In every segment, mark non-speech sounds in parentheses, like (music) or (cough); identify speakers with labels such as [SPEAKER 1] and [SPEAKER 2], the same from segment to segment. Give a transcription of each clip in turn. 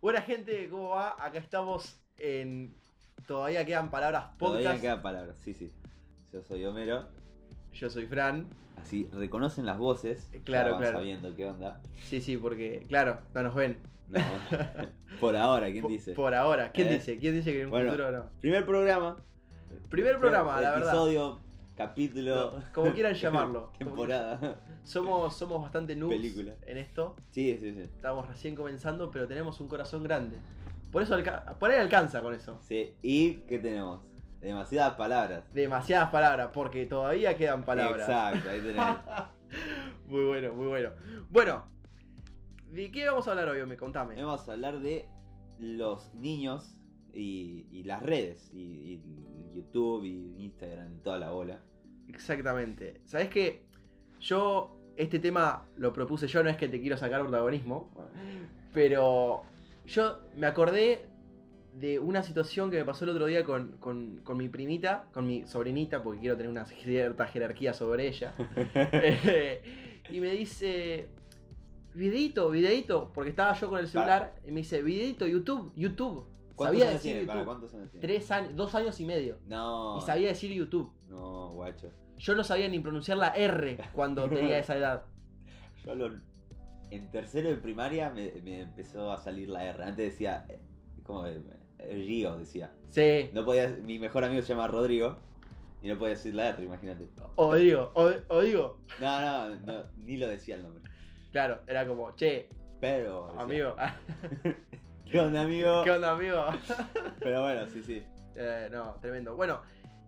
[SPEAKER 1] Buena gente, ¿cómo va? Acá estamos en. Todavía quedan palabras podcast.
[SPEAKER 2] Todavía quedan palabras, sí, sí. Yo soy Homero.
[SPEAKER 1] Yo soy Fran.
[SPEAKER 2] Así reconocen las voces.
[SPEAKER 1] Eh, Claro,
[SPEAKER 2] ya van
[SPEAKER 1] claro.
[SPEAKER 2] sabiendo qué onda.
[SPEAKER 1] Sí, sí, porque, claro, no nos ven.
[SPEAKER 2] No. (laughs) Por ahora, ¿quién
[SPEAKER 1] Por-
[SPEAKER 2] dice?
[SPEAKER 1] Por ahora. ¿Quién
[SPEAKER 2] Eh.
[SPEAKER 1] dice? ¿Quién dice que en un
[SPEAKER 2] Bueno.
[SPEAKER 1] futuro no?
[SPEAKER 2] Primer programa.
[SPEAKER 1] Primer programa, la verdad.
[SPEAKER 2] Episodio, capítulo.
[SPEAKER 1] No, como
[SPEAKER 2] (laughs)
[SPEAKER 1] quieran llamarlo.
[SPEAKER 2] Temporada.
[SPEAKER 1] Somos, somos bastante noobs
[SPEAKER 2] Película.
[SPEAKER 1] en esto.
[SPEAKER 2] Sí, sí, sí.
[SPEAKER 1] Estamos recién comenzando, pero tenemos un corazón grande. Por eso alca- por ahí alcanza con eso.
[SPEAKER 2] Sí. ¿Y qué tenemos? Demasiadas palabras.
[SPEAKER 1] Demasiadas palabras, porque todavía quedan palabras.
[SPEAKER 2] Exacto, ahí tenemos.
[SPEAKER 1] Muy bueno, muy bueno. Bueno, ¿de qué vamos a hablar hoy, (laughs) me Contame.
[SPEAKER 2] Vamos a hablar de los niños y, y las redes. Y, y YouTube y Instagram y toda la bola.
[SPEAKER 1] Exactamente. ¿Sabes que Yo, este tema lo propuse yo, no es que te quiero sacar protagonismo, pero yo me acordé de una situación que me pasó el otro día con, con- con mi primita, con mi sobrinita, porque quiero tener una cierta jerarquía sobre
[SPEAKER 2] (laughs)
[SPEAKER 1] ella. (laughs) Eh, y me dice, videito, videito, porque estaba yo con el celular, y me dice, videito, YouTube, YouTube.
[SPEAKER 2] ¿Cuántos
[SPEAKER 1] Sabía
[SPEAKER 2] años
[SPEAKER 1] decir
[SPEAKER 2] tiene? Para,
[SPEAKER 1] YouTube.
[SPEAKER 2] ¿Cuántos Ah. años tiene?
[SPEAKER 1] Tres años, dos años y medio.
[SPEAKER 2] No.
[SPEAKER 1] Y sabía decir YouTube.
[SPEAKER 2] No, guacho.
[SPEAKER 1] Yo no sabía ni pronunciar la R (laughs) cuando tenía esa edad.
[SPEAKER 2] Yo lo- en tercero de primaria me, me empezó a salir la R. Antes decía, eh, ¿cómo es? El Río decía.
[SPEAKER 1] Sí.
[SPEAKER 2] No podía, mi mejor amigo se llama Rodrigo y no podía decir la R, imagínate.
[SPEAKER 1] O digo, o, o digo.
[SPEAKER 2] No, no, no, ni lo decía el nombre.
[SPEAKER 1] Claro, era como, che,
[SPEAKER 2] Pero, decía,
[SPEAKER 1] amigo. (laughs)
[SPEAKER 2] ¿qué onda, amigo?
[SPEAKER 1] ¿Qué onda, amigo?
[SPEAKER 2] Pero bueno, sí, sí.
[SPEAKER 1] (laughs) Eh, no, tremendo. Bueno,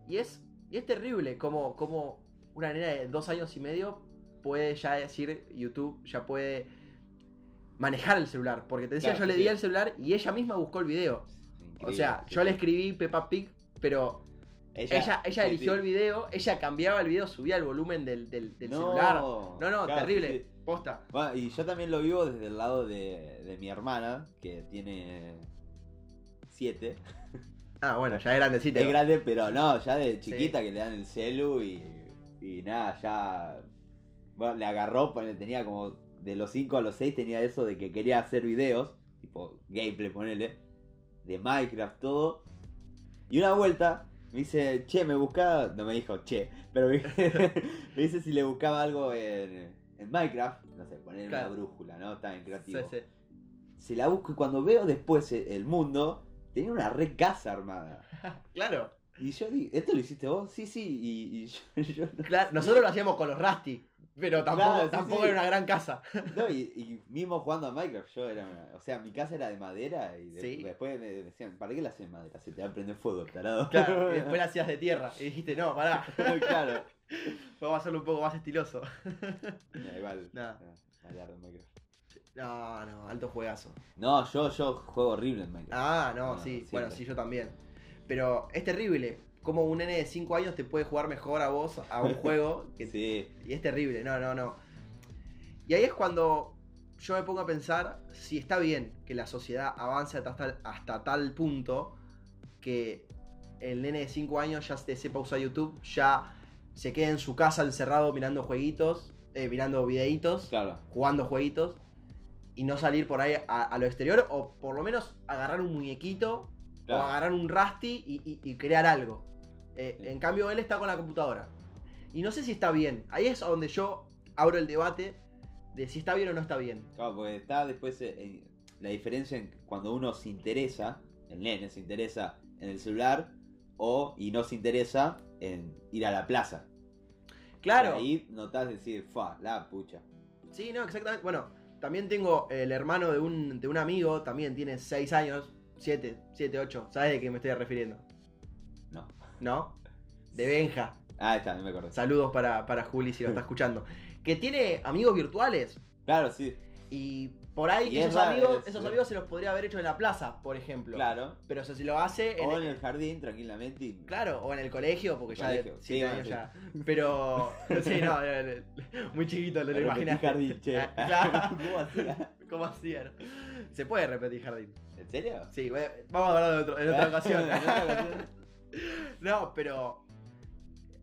[SPEAKER 1] y es, y es terrible como, como una nena de dos años y medio puede ya decir YouTube, ya puede manejar el celular. Porque te decía,
[SPEAKER 2] Claro,
[SPEAKER 1] yo le
[SPEAKER 2] sí,
[SPEAKER 1] di
[SPEAKER 2] sí.
[SPEAKER 1] el celular y ella misma buscó el video. o
[SPEAKER 2] Increíble,
[SPEAKER 1] sea,
[SPEAKER 2] sí.
[SPEAKER 1] yo le escribí Peppa Pig, pero ella, ella,
[SPEAKER 2] sí,
[SPEAKER 1] eligió
[SPEAKER 2] sí.
[SPEAKER 1] el video, ella cambiaba el video, subía el volumen del, del- del
[SPEAKER 2] No,
[SPEAKER 1] celular. No, no,
[SPEAKER 2] claro,
[SPEAKER 1] terrible.
[SPEAKER 2] sí, sí.
[SPEAKER 1] Posta.
[SPEAKER 2] Bueno, y yo también lo vivo desde el lado de, de mi hermana, que tiene siete.
[SPEAKER 1] Ah, bueno, ya es grandecita.
[SPEAKER 2] Es grande, pero no, ya de
[SPEAKER 1] Sí.
[SPEAKER 2] chiquita que le dan el celu y, y nada, ya. Bueno, le agarró, ponele, tenía como. De los 5 a los 6 tenía eso de que quería hacer videos, tipo gameplay, ponele, de Minecraft, todo. Y una vuelta me dice, che, me buscaba. No me dijo che, pero me, (laughs) me dice si le buscaba algo en, en Minecraft. No sé, poner
[SPEAKER 1] Claro.
[SPEAKER 2] una brújula, ¿no? Está en
[SPEAKER 1] Sí,
[SPEAKER 2] creativo.
[SPEAKER 1] sí.
[SPEAKER 2] Se la busco y cuando veo después e- el mundo, tenía una red casa armada.
[SPEAKER 1] (laughs) Claro.
[SPEAKER 2] Y yo dije, ¿esto lo hiciste vos? Sí, sí, y, (laughs) y yo, yo no.
[SPEAKER 1] Cla- Nosotros lo hacíamos con los Rusty, pero tampoco,
[SPEAKER 2] Claro, sí,
[SPEAKER 1] tampoco
[SPEAKER 2] sí.
[SPEAKER 1] era una gran casa.
[SPEAKER 2] (laughs) No, y, y mismo jugando a Minecraft, yo era una- O sea, mi casa era de madera y de-
[SPEAKER 1] Sí.
[SPEAKER 2] después me decían, ¿para qué la haces de madera? Se te va a prender fuego, tarado. (laughs)
[SPEAKER 1] Claro, y después la hacías de tierra. Y dijiste, no, pará,
[SPEAKER 2] claro.
[SPEAKER 1] vamos a hacerlo un poco más estiloso.
[SPEAKER 2] No, igual.
[SPEAKER 1] Nah.
[SPEAKER 2] nah, hablar de Minecraft.
[SPEAKER 1] (laughs) No, no, alto juegazo.
[SPEAKER 2] No, yo, yo juego horrible en Minecraft.
[SPEAKER 1] Ah, no,
[SPEAKER 2] No,
[SPEAKER 1] sí,
[SPEAKER 2] siempre.
[SPEAKER 1] bueno, sí, yo también. Pero es terrible. Como un nene de 5 años te puede jugar mejor a vos a
[SPEAKER 2] (laughs)
[SPEAKER 1] un juego que
[SPEAKER 2] sí,
[SPEAKER 1] Y es terrible, no, no, no. Y ahí es cuando yo me pongo a pensar si está bien que la sociedad avance hasta, tal- hasta tal punto que el nene de 5 años ya se sepa usar YouTube, ya se quede en su casa encerrado mirando jueguitos, eh, mirando videitos,
[SPEAKER 2] claro.
[SPEAKER 1] jugando jueguitos, y no salir por ahí a, a lo exterior, o por lo menos agarrar un muñequito, o
[SPEAKER 2] claro.
[SPEAKER 1] agarrar un Rusty y, y- y crear algo. Eh,
[SPEAKER 2] Sí.
[SPEAKER 1] En cambio, él está con la computadora. Y no sé si está bien. Ahí es donde yo abro el debate de si está bien o no está bien.
[SPEAKER 2] Claro, porque está después eh, eh, la diferencia en cuando uno se interesa, el nene se interesa en el celular o y no se interesa en ir a la plaza.
[SPEAKER 1] Claro.
[SPEAKER 2] Ahí notás decir, fa, la pucha.
[SPEAKER 1] Sí, no, exactamente. Bueno, también tengo el hermano de un, de un amigo, también tiene 6 años, 7, 7, 8. ¿Sabes de qué me estoy refiriendo?
[SPEAKER 2] No.
[SPEAKER 1] ¿No? De Benja.
[SPEAKER 2] Ah, está, no me acordé.
[SPEAKER 1] Saludos para, para Juli si lo
[SPEAKER 2] (laughs)
[SPEAKER 1] está escuchando. Que tiene amigos virtuales.
[SPEAKER 2] Claro, sí,
[SPEAKER 1] Y por ahí
[SPEAKER 2] Y es
[SPEAKER 1] esos,
[SPEAKER 2] raro
[SPEAKER 1] amigos,
[SPEAKER 2] eso,
[SPEAKER 1] esos
[SPEAKER 2] eh.
[SPEAKER 1] amigos se los podría haber hecho en la plaza, por ejemplo.
[SPEAKER 2] claro.
[SPEAKER 1] Pero o sea, si lo hace. en-
[SPEAKER 2] O en el jardín, tranquilamente. Y...
[SPEAKER 1] Claro, o en el colegio, porque ya de
[SPEAKER 2] Colegio, sí,
[SPEAKER 1] siete años
[SPEAKER 2] sí.
[SPEAKER 1] ya. Pero. Sí, no, no, no, muy chiquito, lo, lo
[SPEAKER 2] Repetí
[SPEAKER 1] imaginaste.
[SPEAKER 2] jardín, che. (laughs)
[SPEAKER 1] Ah, claro.
[SPEAKER 2] ¿Cómo hacía?
[SPEAKER 1] ¿Cómo hacían? Se puede repetir jardín.
[SPEAKER 2] ¿En serio?
[SPEAKER 1] Sí, bueno, vamos a hablar de otro- en
[SPEAKER 2] (laughs)
[SPEAKER 1] otra ocasión.
[SPEAKER 2] ¿En otra ocasión?
[SPEAKER 1] No, pero.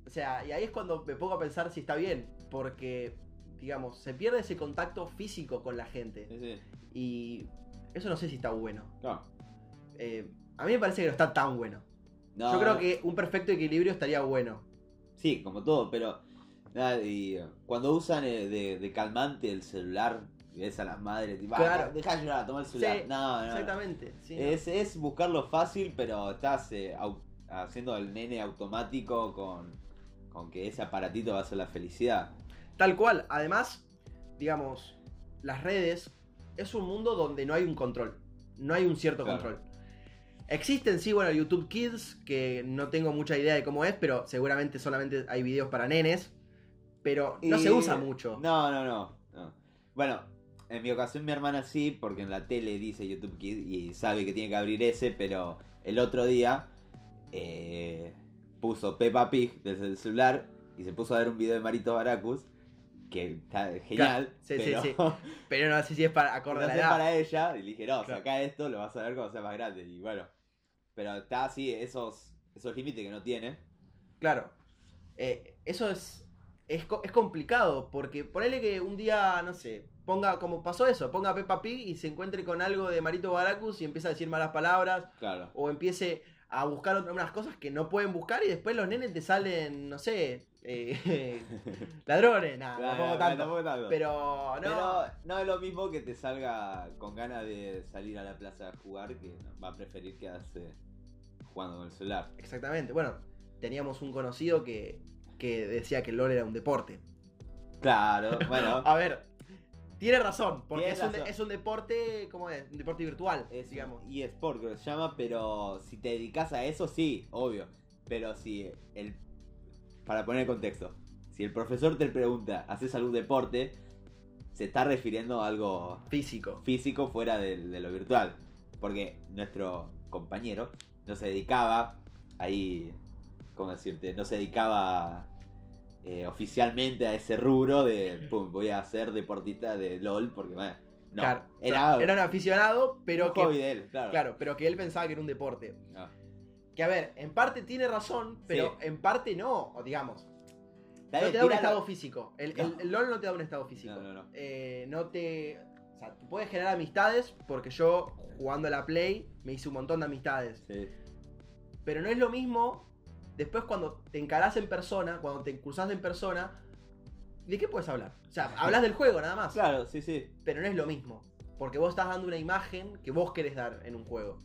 [SPEAKER 1] O sea, y ahí es cuando me pongo a pensar si está bien. Porque, digamos, se pierde ese contacto físico con la gente.
[SPEAKER 2] Sí, sí.
[SPEAKER 1] Y Eso no sé si está bueno.
[SPEAKER 2] No.
[SPEAKER 1] Eh, a mí me parece que no está tan bueno.
[SPEAKER 2] No,
[SPEAKER 1] Yo creo
[SPEAKER 2] no.
[SPEAKER 1] que un perfecto equilibrio estaría bueno.
[SPEAKER 2] Sí, como todo, pero. nada, y, eh, cuando usan eh, de, de calmante el celular, y ves a las madres, tipo,
[SPEAKER 1] Claro.
[SPEAKER 2] deja llorar, toma el celular.
[SPEAKER 1] Sí,
[SPEAKER 2] no, no, no.
[SPEAKER 1] Exactamente. sí, no.
[SPEAKER 2] Ah. Es, es buscarlo fácil, pero estás eh, au- haciendo al nene automático con, con que ese aparatito va a ser la felicidad.
[SPEAKER 1] Tal cual. Además, digamos, las redes es un mundo donde no hay un control. No hay un cierto
[SPEAKER 2] Claro.
[SPEAKER 1] control. Existen, sí, bueno, YouTube Kids, que no tengo mucha idea de cómo es, pero seguramente solamente hay videos para nenes. Pero no
[SPEAKER 2] Y-
[SPEAKER 1] se usa mucho.
[SPEAKER 2] No, no, no, no. Bueno, en mi ocasión mi hermana sí, porque en la tele dice YouTube Kids y sabe que tiene que abrir ese, pero el otro día eh, puso Peppa Pig desde el celular y se puso a ver un video de Marito Baracus, que está genial.
[SPEAKER 1] sí, sí,
[SPEAKER 2] pero (laughs)
[SPEAKER 1] sí. Pero no sé si es para acorde
[SPEAKER 2] no
[SPEAKER 1] a la
[SPEAKER 2] sé
[SPEAKER 1] edad.
[SPEAKER 2] para ella, y le dije, no,
[SPEAKER 1] Claro.
[SPEAKER 2] saca esto, lo vas a ver cuando sea más grande. Y bueno, pero está así, esos, esos límites que no tiene.
[SPEAKER 1] Claro. Eh, eso es, es, co- es complicado, porque ponele que un día, no sé, ponga, como pasó eso, ponga Peppa Pig y se encuentre con algo de Marito Baracus y empieza a decir malas palabras,
[SPEAKER 2] Claro.
[SPEAKER 1] o empiece a buscar otras unas cosas que no pueden buscar y después los nenes te salen, no sé, eh, (laughs) ladrones, nada,
[SPEAKER 2] Claro,
[SPEAKER 1] tampoco
[SPEAKER 2] claro,
[SPEAKER 1] tanto.
[SPEAKER 2] tampoco tanto.
[SPEAKER 1] Pero no,
[SPEAKER 2] Pero no es lo mismo que te salga con ganas de salir a la plaza a jugar, que va a preferir quedarse jugando con el celular.
[SPEAKER 1] exactamente. Bueno, teníamos un conocido que, que decía que LOL era un deporte.
[SPEAKER 2] Claro,
[SPEAKER 1] (laughs)
[SPEAKER 2] bueno.
[SPEAKER 1] A ver, tiene razón, porque
[SPEAKER 2] Tiene
[SPEAKER 1] es, Un, de-
[SPEAKER 2] razón.
[SPEAKER 1] es un deporte, ¿cómo es? Un deporte virtual,
[SPEAKER 2] es
[SPEAKER 1] digamos.
[SPEAKER 2] y sport creo que se llama, pero si te dedicas a eso, sí, obvio. Pero si el. Para poner el contexto, si el profesor te pregunta, ¿haces algún deporte? Se está refiriendo a algo
[SPEAKER 1] Físico.
[SPEAKER 2] físico fuera del- de, lo virtual. Porque nuestro compañero no se dedicaba ahí, ¿cómo decirte? No se dedicaba eh, oficialmente a ese rubro de, pum, voy a ser deportista de LOL, porque, bueno, no.
[SPEAKER 1] Claro.
[SPEAKER 2] era,
[SPEAKER 1] Era un aficionado,
[SPEAKER 2] un
[SPEAKER 1] pero
[SPEAKER 2] hobby Ah.
[SPEAKER 1] que,
[SPEAKER 2] de él, claro.
[SPEAKER 1] claro, pero que él pensaba que era un deporte.
[SPEAKER 2] No.
[SPEAKER 1] Que a ver, en parte tiene razón, pero en parte no, o digamos.
[SPEAKER 2] Dale,
[SPEAKER 1] no te da un
[SPEAKER 2] tíralo.
[SPEAKER 1] estado físico. El, el-
[SPEAKER 2] No.
[SPEAKER 1] el LOL no te da un estado físico.
[SPEAKER 2] No, no, no.
[SPEAKER 1] Eh, no te. O sea, tú puedes generar amistades, porque yo jugando a la Play me hice un montón de amistades.
[SPEAKER 2] Sí.
[SPEAKER 1] Pero no es lo mismo después cuando te encarás en persona, cuando te cruzás en persona. ¿De qué puedes hablar? O sea, hablas del juego nada más.
[SPEAKER 2] Claro, sí, sí.
[SPEAKER 1] Pero no es lo mismo. Porque vos estás dando una imagen que vos querés dar en un juego.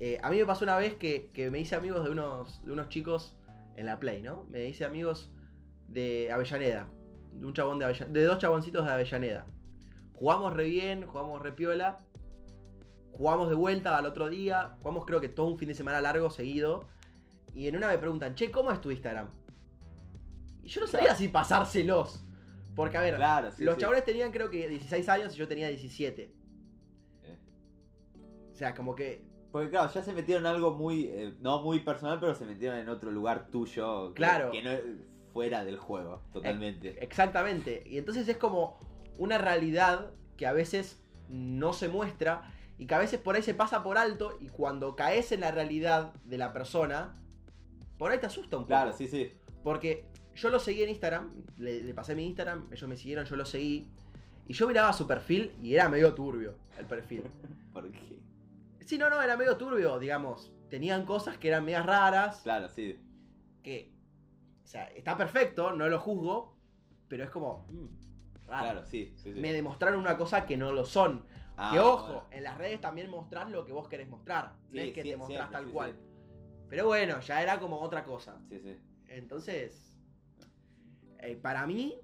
[SPEAKER 1] Eh, a mí me pasó una vez que, que me hice amigos de unos, de unos chicos en la Play, ¿no? Me hice amigos de Avellaneda. De, un chabón de, Avella- de dos chaboncitos de Avellaneda. Jugamos re bien, jugamos re piola. Jugamos de vuelta al otro día. Jugamos creo que todo un fin de semana largo seguido. Y en una me preguntan, che, ¿cómo es tu Instagram? Y yo no sabía si pasárselos. Porque, a ver,
[SPEAKER 2] Claro, sí.
[SPEAKER 1] los
[SPEAKER 2] sí.
[SPEAKER 1] chabones tenían creo que 16 años y yo tenía 17.
[SPEAKER 2] Eh.
[SPEAKER 1] O sea, como que.
[SPEAKER 2] Porque claro, ya se metieron en algo muy, eh, no muy personal, pero se metieron en otro lugar tuyo. que-
[SPEAKER 1] Claro. Eh,
[SPEAKER 2] Que no es fuera del juego, totalmente.
[SPEAKER 1] Exactamente. Y entonces es como una realidad que a veces no se muestra y que a veces por ahí se pasa por alto y cuando caes en la realidad de la persona, por ahí te asusta un poco.
[SPEAKER 2] Claro, sí, sí.
[SPEAKER 1] Porque yo lo seguí en Instagram, le, le pasé mi Instagram, ellos me siguieron, yo lo seguí. Y yo miraba su perfil y era medio turbio el perfil.
[SPEAKER 2] Porque,
[SPEAKER 1] Sí, no, no, era medio turbio, digamos. Tenían cosas que eran medias raras.
[SPEAKER 2] claro, sí.
[SPEAKER 1] que, o sea, está perfecto, no lo juzgo, pero es como, mm, raro.
[SPEAKER 2] Claro, sí, sí, sí.
[SPEAKER 1] Me demostraron una cosa que no lo son.
[SPEAKER 2] Ah,
[SPEAKER 1] que ojo,
[SPEAKER 2] bueno.
[SPEAKER 1] en las redes también mostrás lo que vos querés mostrar.
[SPEAKER 2] Sí,
[SPEAKER 1] no es que
[SPEAKER 2] sí,
[SPEAKER 1] te mostrás
[SPEAKER 2] siempre,
[SPEAKER 1] tal
[SPEAKER 2] sí,
[SPEAKER 1] cual. Pero bueno, ya era como otra cosa.
[SPEAKER 2] Sí, sí.
[SPEAKER 1] Entonces, eh, para mí,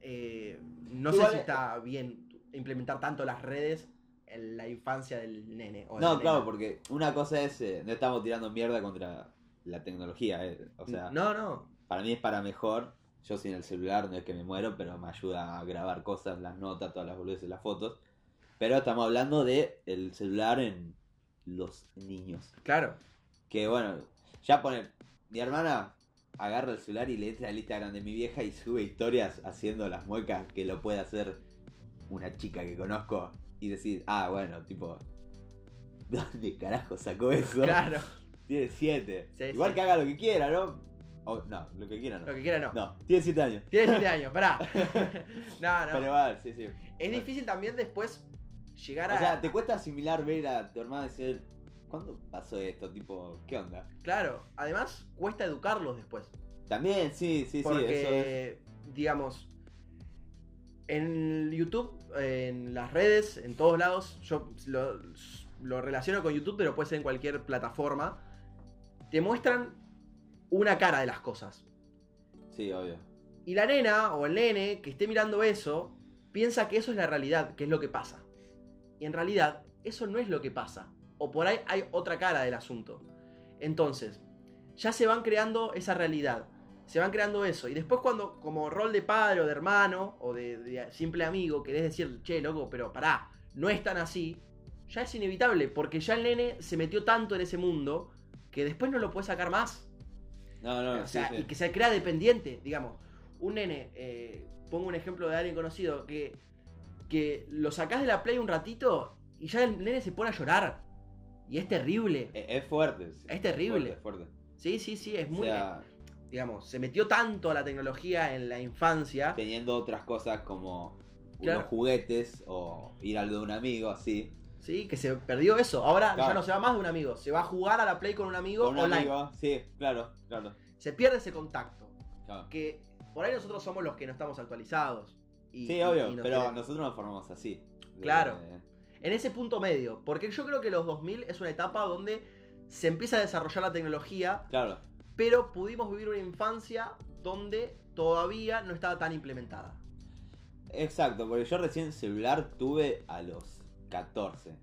[SPEAKER 1] eh, no
[SPEAKER 2] Igual
[SPEAKER 1] sé si
[SPEAKER 2] es-
[SPEAKER 1] está bien implementar tanto las redes en la infancia del nene. o de la
[SPEAKER 2] No,
[SPEAKER 1] nena.
[SPEAKER 2] claro, porque una cosa es, eh, no estamos tirando mierda contra la tecnología, eh, o sea,
[SPEAKER 1] no, no.
[SPEAKER 2] para mí es para mejor. Yo sin el celular no es que me muero, pero me ayuda a grabar cosas, las notas, todas las boludeces, las fotos. Pero estamos hablando de el celular en los niños. (laughs)
[SPEAKER 1] Claro,
[SPEAKER 2] Que bueno, ya pone. Mi hermana agarra el celular y le entra al Instagram de mi vieja y sube historias haciendo las muecas que lo puede hacer una chica que conozco y decir, ah, bueno, tipo, ¿dónde carajo sacó eso?
[SPEAKER 1] claro.
[SPEAKER 2] Tiene 7.
[SPEAKER 1] Sí,
[SPEAKER 2] Igual
[SPEAKER 1] sí.
[SPEAKER 2] que haga lo que quiera, ¿no? O- no, lo que quiera no.
[SPEAKER 1] Lo que quiera no.
[SPEAKER 2] No, tiene 7 años. (laughs)
[SPEAKER 1] Tiene 7 años, pará. no, no.
[SPEAKER 2] Pero va, sí, sí.
[SPEAKER 1] es difícil también después llegar a.
[SPEAKER 2] O sea, te cuesta asimilar ver a tu hermana y decir, ¿cuándo pasó esto? Tipo, ¿qué onda?
[SPEAKER 1] Claro, además cuesta educarlos después.
[SPEAKER 2] También, sí, sí, sí, eso es.
[SPEAKER 1] porque, digamos, en YouTube, en las redes, en todos lados, yo lo, lo relaciono con YouTube, pero puede ser en cualquier plataforma, te muestran una cara de las cosas.
[SPEAKER 2] Sí, obvio.
[SPEAKER 1] Y la nena o el nene que esté mirando eso piensa que eso es la realidad, que es lo que pasa. Y en realidad, eso no es lo que pasa. O por ahí hay otra cara del asunto. Entonces, ya se van creando esa realidad. Se van creando eso. Y después cuando, como rol de padre o de hermano o de, de simple amigo, querés decir, che, loco, pero pará, no es tan así. Ya es inevitable, porque ya el nene se metió tanto en ese mundo que después no lo puede sacar más.
[SPEAKER 2] No, no,
[SPEAKER 1] O
[SPEAKER 2] Ah, sí,
[SPEAKER 1] sea,
[SPEAKER 2] sí.
[SPEAKER 1] y que se crea dependiente, digamos. Un nene, eh, pongo un ejemplo de alguien conocido, que, que lo sacás de la play un ratito y ya el nene se pone a llorar. Y es terrible.
[SPEAKER 2] Es, E, es fuerte. sí.
[SPEAKER 1] Es terrible.
[SPEAKER 2] Fuerte, fuerte.
[SPEAKER 1] Sí, sí, sí, es
[SPEAKER 2] O
[SPEAKER 1] muy...
[SPEAKER 2] sea,
[SPEAKER 1] digamos, se metió tanto a la tecnología en la infancia.
[SPEAKER 2] teniendo otras cosas como
[SPEAKER 1] Claro.
[SPEAKER 2] unos juguetes o ir al de un amigo, así.
[SPEAKER 1] Sí, que se perdió eso. Ahora ya
[SPEAKER 2] Claro.
[SPEAKER 1] no se va más de un amigo. Se va a jugar a la play con un amigo
[SPEAKER 2] Con un
[SPEAKER 1] online.
[SPEAKER 2] amigo, sí, claro, claro.
[SPEAKER 1] Se pierde ese contacto.
[SPEAKER 2] claro.
[SPEAKER 1] Que por ahí nosotros somos los que no estamos actualizados. Y,
[SPEAKER 2] Sí,
[SPEAKER 1] y-
[SPEAKER 2] obvio,
[SPEAKER 1] y nos
[SPEAKER 2] pero
[SPEAKER 1] tenemos-
[SPEAKER 2] nosotros nos formamos así. De-
[SPEAKER 1] Claro. en ese punto medio, porque yo creo que los 2000 es una etapa donde se empieza a desarrollar la tecnología,
[SPEAKER 2] claro,
[SPEAKER 1] pero pudimos vivir una infancia donde todavía no estaba tan implementada.
[SPEAKER 2] exacto, porque yo recién celular tuve a los 14.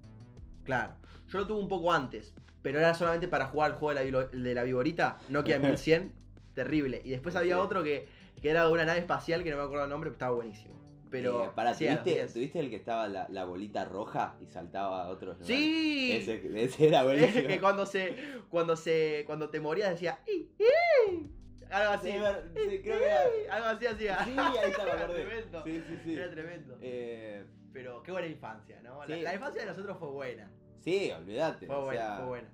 [SPEAKER 1] Claro, yo lo tuve un poco antes, pero era solamente para jugar al juego de la, vilo- de la viborita,
[SPEAKER 2] (laughs)
[SPEAKER 1] Nokia 1100, terrible. Y después había
[SPEAKER 2] Sí.
[SPEAKER 1] otro que, que era de una nave espacial que no me acuerdo el nombre, pero estaba buenísimo. Pero
[SPEAKER 2] Eh, pará,
[SPEAKER 1] sí, a los
[SPEAKER 2] ¿tuviste,
[SPEAKER 1] 10.
[SPEAKER 2] tuviste el que estaba la, la bolita roja y saltaba a otros lugares?
[SPEAKER 1] Sí,
[SPEAKER 2] Ese, ese
[SPEAKER 1] (laughs)
[SPEAKER 2] era buenísimo.
[SPEAKER 1] que cuando se cuando se cuando te morías decía "Ih, ih", algo así.
[SPEAKER 2] Sí, ver- sí, creo que era-
[SPEAKER 1] Algo así hacía.
[SPEAKER 2] Sí, ahí está, me
[SPEAKER 1] Era (laughs)
[SPEAKER 2] acordé.
[SPEAKER 1] tremendo.
[SPEAKER 2] Sí, sí, sí.
[SPEAKER 1] Era tremendo.
[SPEAKER 2] Eh,
[SPEAKER 1] Pero qué buena infancia, ¿no? La,
[SPEAKER 2] Sí.
[SPEAKER 1] la infancia de nosotros fue buena.
[SPEAKER 2] sí, olvídate.
[SPEAKER 1] Fue
[SPEAKER 2] o
[SPEAKER 1] buena,
[SPEAKER 2] sea,
[SPEAKER 1] fue buena.